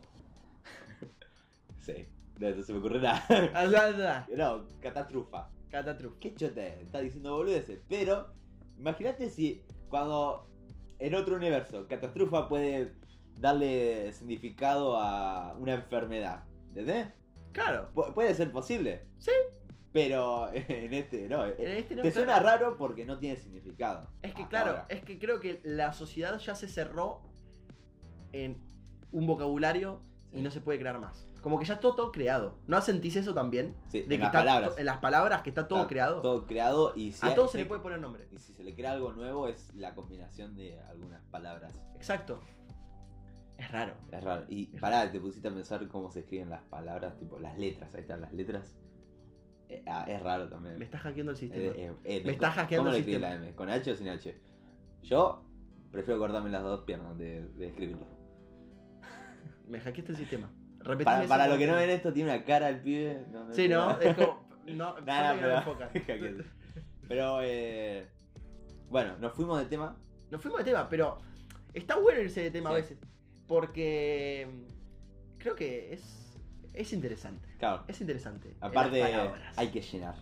[SPEAKER 2] (laughs) sí. No, no se me ocurre nada.
[SPEAKER 1] Ah, ya, ya.
[SPEAKER 2] no, catastrufa.
[SPEAKER 1] Catatruf.
[SPEAKER 2] qué chota es, está diciendo boludeces. Pero, imagínate si cuando en otro universo, Catastrofa puede darle significado a una enfermedad. ¿Entendés?
[SPEAKER 1] Claro.
[SPEAKER 2] Pu- puede ser posible.
[SPEAKER 1] Sí.
[SPEAKER 2] Pero (laughs) en este no.
[SPEAKER 1] En este no
[SPEAKER 2] Te
[SPEAKER 1] está-
[SPEAKER 2] suena raro porque no tiene significado.
[SPEAKER 1] Es que
[SPEAKER 2] Hasta
[SPEAKER 1] claro, eh,
[SPEAKER 2] ahora.
[SPEAKER 1] es que creo que la sociedad ya se cerró en un vocabulario y
[SPEAKER 2] Sí.
[SPEAKER 1] no se puede crear más. Como que ya todo todo creado. ¿No sentís eso también?
[SPEAKER 2] Sí,
[SPEAKER 1] De
[SPEAKER 2] en
[SPEAKER 1] que
[SPEAKER 2] las
[SPEAKER 1] está
[SPEAKER 2] palabras.
[SPEAKER 1] to- en las palabras que está todo
[SPEAKER 2] Está
[SPEAKER 1] creado.
[SPEAKER 2] Todo creado y si
[SPEAKER 1] a
[SPEAKER 2] hay-
[SPEAKER 1] todo se le puede poner nombre.
[SPEAKER 2] Y si se le crea algo nuevo es la combinación de algunas palabras.
[SPEAKER 1] Exacto. Es raro.
[SPEAKER 2] Es raro. Y pará, te pusiste a pensar cómo se escriben las palabras, tipo las letras, ahí están las letras. Eh, ah, es raro también.
[SPEAKER 1] Me está hackeando el
[SPEAKER 2] Eh,
[SPEAKER 1] sistema.
[SPEAKER 2] eh, eh,
[SPEAKER 1] Me está hackeando
[SPEAKER 2] ¿Cómo
[SPEAKER 1] el
[SPEAKER 2] le escribe
[SPEAKER 1] sistema.
[SPEAKER 2] la M? ¿Con H o sin H? Yo Prefiero cortarme las dos piernas de, de escribirlo.
[SPEAKER 1] Me hackeaste el sistema. Repetime
[SPEAKER 2] eh. Para,
[SPEAKER 1] eso
[SPEAKER 2] para los
[SPEAKER 1] porque-
[SPEAKER 2] que no ven esto, tiene una cara el pibe. No,
[SPEAKER 1] Sí, (laughs) ¿no? Es como. No,
[SPEAKER 2] (laughs) Nada,
[SPEAKER 1] no me
[SPEAKER 2] pero-
[SPEAKER 1] enfocan.
[SPEAKER 2] Pero, eh, bueno, nos fuimos de tema.
[SPEAKER 1] Nos fuimos de tema, pero está bueno irse de tema
[SPEAKER 2] Sí.
[SPEAKER 1] a veces. Porque mm, creo que es, es interesante.
[SPEAKER 2] Claro,
[SPEAKER 1] Es interesante. en las
[SPEAKER 2] aparte
[SPEAKER 1] palabras.
[SPEAKER 2] hay que llenar.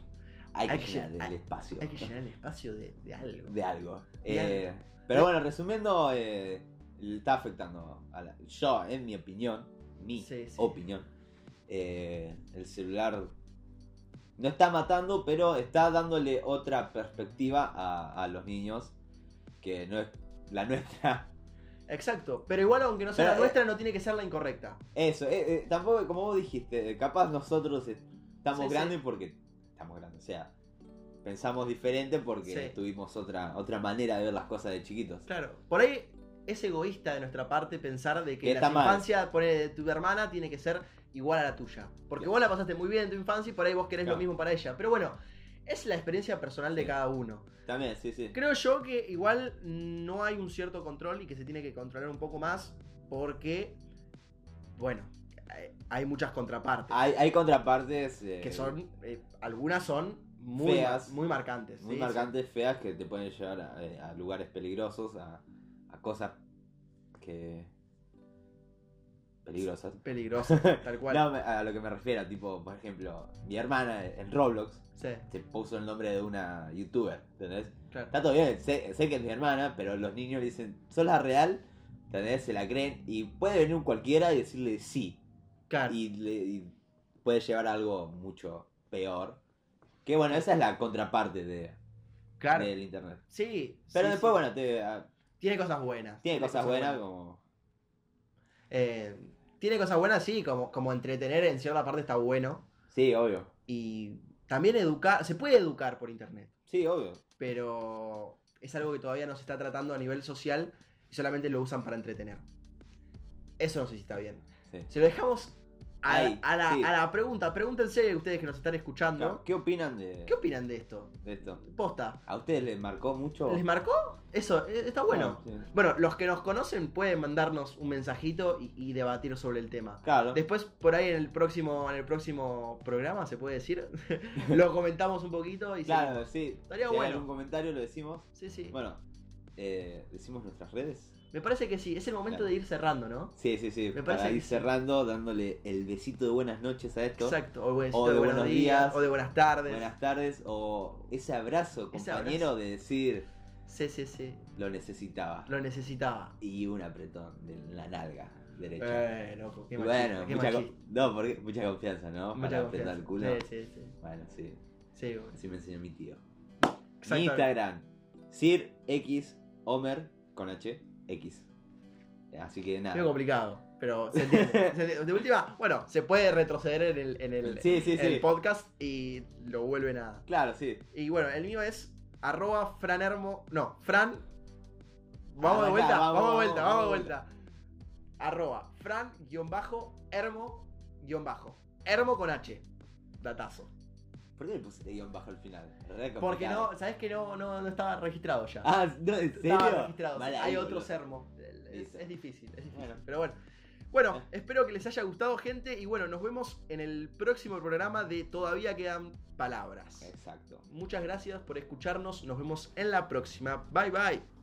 [SPEAKER 2] Hay que
[SPEAKER 1] Hay que
[SPEAKER 2] llenar
[SPEAKER 1] llenar-
[SPEAKER 2] el espacio.
[SPEAKER 1] Hay que llenar el espacio de, de algo.
[SPEAKER 2] de algo.
[SPEAKER 1] De
[SPEAKER 2] Eh,
[SPEAKER 1] algo.
[SPEAKER 2] Pero bueno, resumiendo, eh, está afectando a la- yo, en mi opinión, mi
[SPEAKER 1] Sí, sí.
[SPEAKER 2] opinión, eh, el celular no está matando, pero está dándole otra perspectiva a, a los niños que no es la nuestra. (laughs)
[SPEAKER 1] Exacto. Pero igual, aunque no sea
[SPEAKER 2] Pero, eh,
[SPEAKER 1] la nuestra, no tiene que ser la incorrecta.
[SPEAKER 2] Eso, eh, eh, tampoco, como vos dijiste, eh, capaz nosotros est- estamos
[SPEAKER 1] Sí, sí.
[SPEAKER 2] grandes porque estamos grandes, o sea, pensamos diferente porque
[SPEAKER 1] Sí.
[SPEAKER 2] tuvimos otra, otra manera de ver las cosas de chiquitos.
[SPEAKER 1] Claro. Por ahí es egoísta de nuestra parte pensar de
[SPEAKER 2] Que
[SPEAKER 1] que la
[SPEAKER 2] está mal.
[SPEAKER 1] infancia pone de tu hermana tiene que ser igual a la tuya. Porque
[SPEAKER 2] Claro.
[SPEAKER 1] vos la pasaste muy bien en tu infancia y por ahí vos querés
[SPEAKER 2] Claro.
[SPEAKER 1] lo mismo para ella. Pero bueno, es la experiencia personal de
[SPEAKER 2] Sí.
[SPEAKER 1] cada uno.
[SPEAKER 2] También, sí, sí.
[SPEAKER 1] Creo yo que igual no hay un cierto control y que se tiene que controlar un poco más porque, bueno, hay- hay muchas contrapartes.
[SPEAKER 2] Hay, hay contrapartes eh,
[SPEAKER 1] que son, eh, algunas son muy,
[SPEAKER 2] Feas.
[SPEAKER 1] muy marcantes.
[SPEAKER 2] muy
[SPEAKER 1] sí,
[SPEAKER 2] marcantes, feas, que te pueden llevar a, eh, a lugares peligrosos, a, a cosas que... peligrosas.
[SPEAKER 1] sí. Peligrosas, tal
[SPEAKER 2] (laughs)
[SPEAKER 1] cual.
[SPEAKER 2] No, me- a lo que me refiero, tipo, por ejemplo, mi hermana en Roblox
[SPEAKER 1] Sí,
[SPEAKER 2] se puso el nombre de una youtuber, ¿entendés?
[SPEAKER 1] claro.
[SPEAKER 2] Está todo bien, sé, sé que es mi hermana, pero los niños le dicen, ¿sos la real? ¿Entendés? Se la creen y puede venir un cualquiera y decirle sí,
[SPEAKER 1] Claro.
[SPEAKER 2] y, le- y puede llevar a algo mucho peor. Que bueno, esa es la contraparte de,
[SPEAKER 1] claro.
[SPEAKER 2] del internet.
[SPEAKER 1] Sí.
[SPEAKER 2] Pero
[SPEAKER 1] sí,
[SPEAKER 2] después,
[SPEAKER 1] sí.
[SPEAKER 2] bueno, te- ah,
[SPEAKER 1] Tiene cosas buenas.
[SPEAKER 2] tiene cosas buenas
[SPEAKER 1] buenas.
[SPEAKER 2] como.
[SPEAKER 1] Eh, tiene cosas buenas, sí, como, como entretener en cierta parte está bueno.
[SPEAKER 2] Sí, obvio.
[SPEAKER 1] Y también educar, se puede educar por internet.
[SPEAKER 2] Sí, obvio.
[SPEAKER 1] pero es algo que todavía no se está tratando a nivel social y solamente lo usan para entretener. Eso no sé si está bien.
[SPEAKER 2] Sí.
[SPEAKER 1] Se lo dejamos a,
[SPEAKER 2] Ahí,
[SPEAKER 1] a la,
[SPEAKER 2] sí.
[SPEAKER 1] a la pregunta. Pregúntense ustedes que nos están
[SPEAKER 2] Claro,
[SPEAKER 1] escuchando.
[SPEAKER 2] ¿Qué opinan de,
[SPEAKER 1] ¿Qué opinan de esto?
[SPEAKER 2] de esto?
[SPEAKER 1] Posta.
[SPEAKER 2] ¿A ustedes les marcó mucho?
[SPEAKER 1] ¿Les marcó? Eso, eh, está bueno.
[SPEAKER 2] Ah, sí.
[SPEAKER 1] Bueno, los que nos conocen pueden mandarnos un mensajito y, y debatir sobre el tema.
[SPEAKER 2] Claro.
[SPEAKER 1] Después, por ahí en el próximo, en el próximo programa, se puede decir, (laughs) lo comentamos un poquito y seguimos.
[SPEAKER 2] Claro, sí.
[SPEAKER 1] Estaría
[SPEAKER 2] si hay
[SPEAKER 1] bueno.
[SPEAKER 2] algún comentario lo decimos.
[SPEAKER 1] Sí, sí.
[SPEAKER 2] Bueno, eh, ¿decimos nuestras redes?
[SPEAKER 1] Me parece que sí, es el momento
[SPEAKER 2] Claro.
[SPEAKER 1] de ir cerrando, ¿no?
[SPEAKER 2] Sí, sí, sí.
[SPEAKER 1] Me
[SPEAKER 2] Para
[SPEAKER 1] parece que
[SPEAKER 2] ir
[SPEAKER 1] sí.
[SPEAKER 2] cerrando, dándole el besito de buenas noches a esto.
[SPEAKER 1] Exacto, o, buen-
[SPEAKER 2] O
[SPEAKER 1] o de buenos días, o de buenas tardes.
[SPEAKER 2] Buenas tardes o ese abrazo,
[SPEAKER 1] Ese
[SPEAKER 2] compañero,
[SPEAKER 1] abrazo.
[SPEAKER 2] de decir
[SPEAKER 1] Sí, sí, sí,
[SPEAKER 2] lo necesitaba.
[SPEAKER 1] lo necesitaba.
[SPEAKER 2] Y un apretón de la nalga derecha.
[SPEAKER 1] Eh, loco, qué
[SPEAKER 2] bueno,
[SPEAKER 1] machista, qué
[SPEAKER 2] mucha,
[SPEAKER 1] machista.
[SPEAKER 2] con- no, porque, mucha confianza, ¿no?
[SPEAKER 1] Mucha
[SPEAKER 2] Para
[SPEAKER 1] confianza.
[SPEAKER 2] apretar el culo.
[SPEAKER 1] Sí, sí, sí.
[SPEAKER 2] Bueno, sí,
[SPEAKER 1] Sí, bueno.
[SPEAKER 2] así me enseñó mi tío. Mi
[SPEAKER 1] Exactamente.
[SPEAKER 2] Instagram, Sir X Homer con H X. Así que
[SPEAKER 1] Medio
[SPEAKER 2] nada.
[SPEAKER 1] complicado, pero se entiende. se entiende. De última, bueno, se puede retroceder en el, en el,
[SPEAKER 2] Sí, sí,
[SPEAKER 1] en el
[SPEAKER 2] sí.
[SPEAKER 1] podcast y lo vuelven a.
[SPEAKER 2] Claro, sí.
[SPEAKER 1] Y bueno, el mío es arroba franermo. No, Fran. Vamos
[SPEAKER 2] Ah,
[SPEAKER 1] de vuelta,
[SPEAKER 2] acá,
[SPEAKER 1] vamos,
[SPEAKER 2] vamos,
[SPEAKER 1] de vuelta,
[SPEAKER 2] vamos,
[SPEAKER 1] vamos de
[SPEAKER 2] vuelta.
[SPEAKER 1] vuelta. Arroba Fran-Hermo-Hermo. Hermo con H. Datazo.
[SPEAKER 2] ¿Por qué le pusiste guión bajo al final? Re
[SPEAKER 1] Porque
[SPEAKER 2] complicado.
[SPEAKER 1] no, sabes que no, no, no estaba registrado ya.
[SPEAKER 2] Ah, no, ¿en serio?
[SPEAKER 1] Estaba registrado.
[SPEAKER 2] Mal ahí,
[SPEAKER 1] Hay otro
[SPEAKER 2] boludo.
[SPEAKER 1] sermo. Es,
[SPEAKER 2] Listo.
[SPEAKER 1] es difícil, es difícil.
[SPEAKER 2] Bueno.
[SPEAKER 1] Pero bueno. Bueno,
[SPEAKER 2] Eh.
[SPEAKER 1] espero que les haya gustado, gente. Y bueno, nos vemos en el próximo programa de Todavía quedan palabras.
[SPEAKER 2] Exacto.
[SPEAKER 1] Muchas gracias por escucharnos. Nos vemos en la próxima. Bye bye.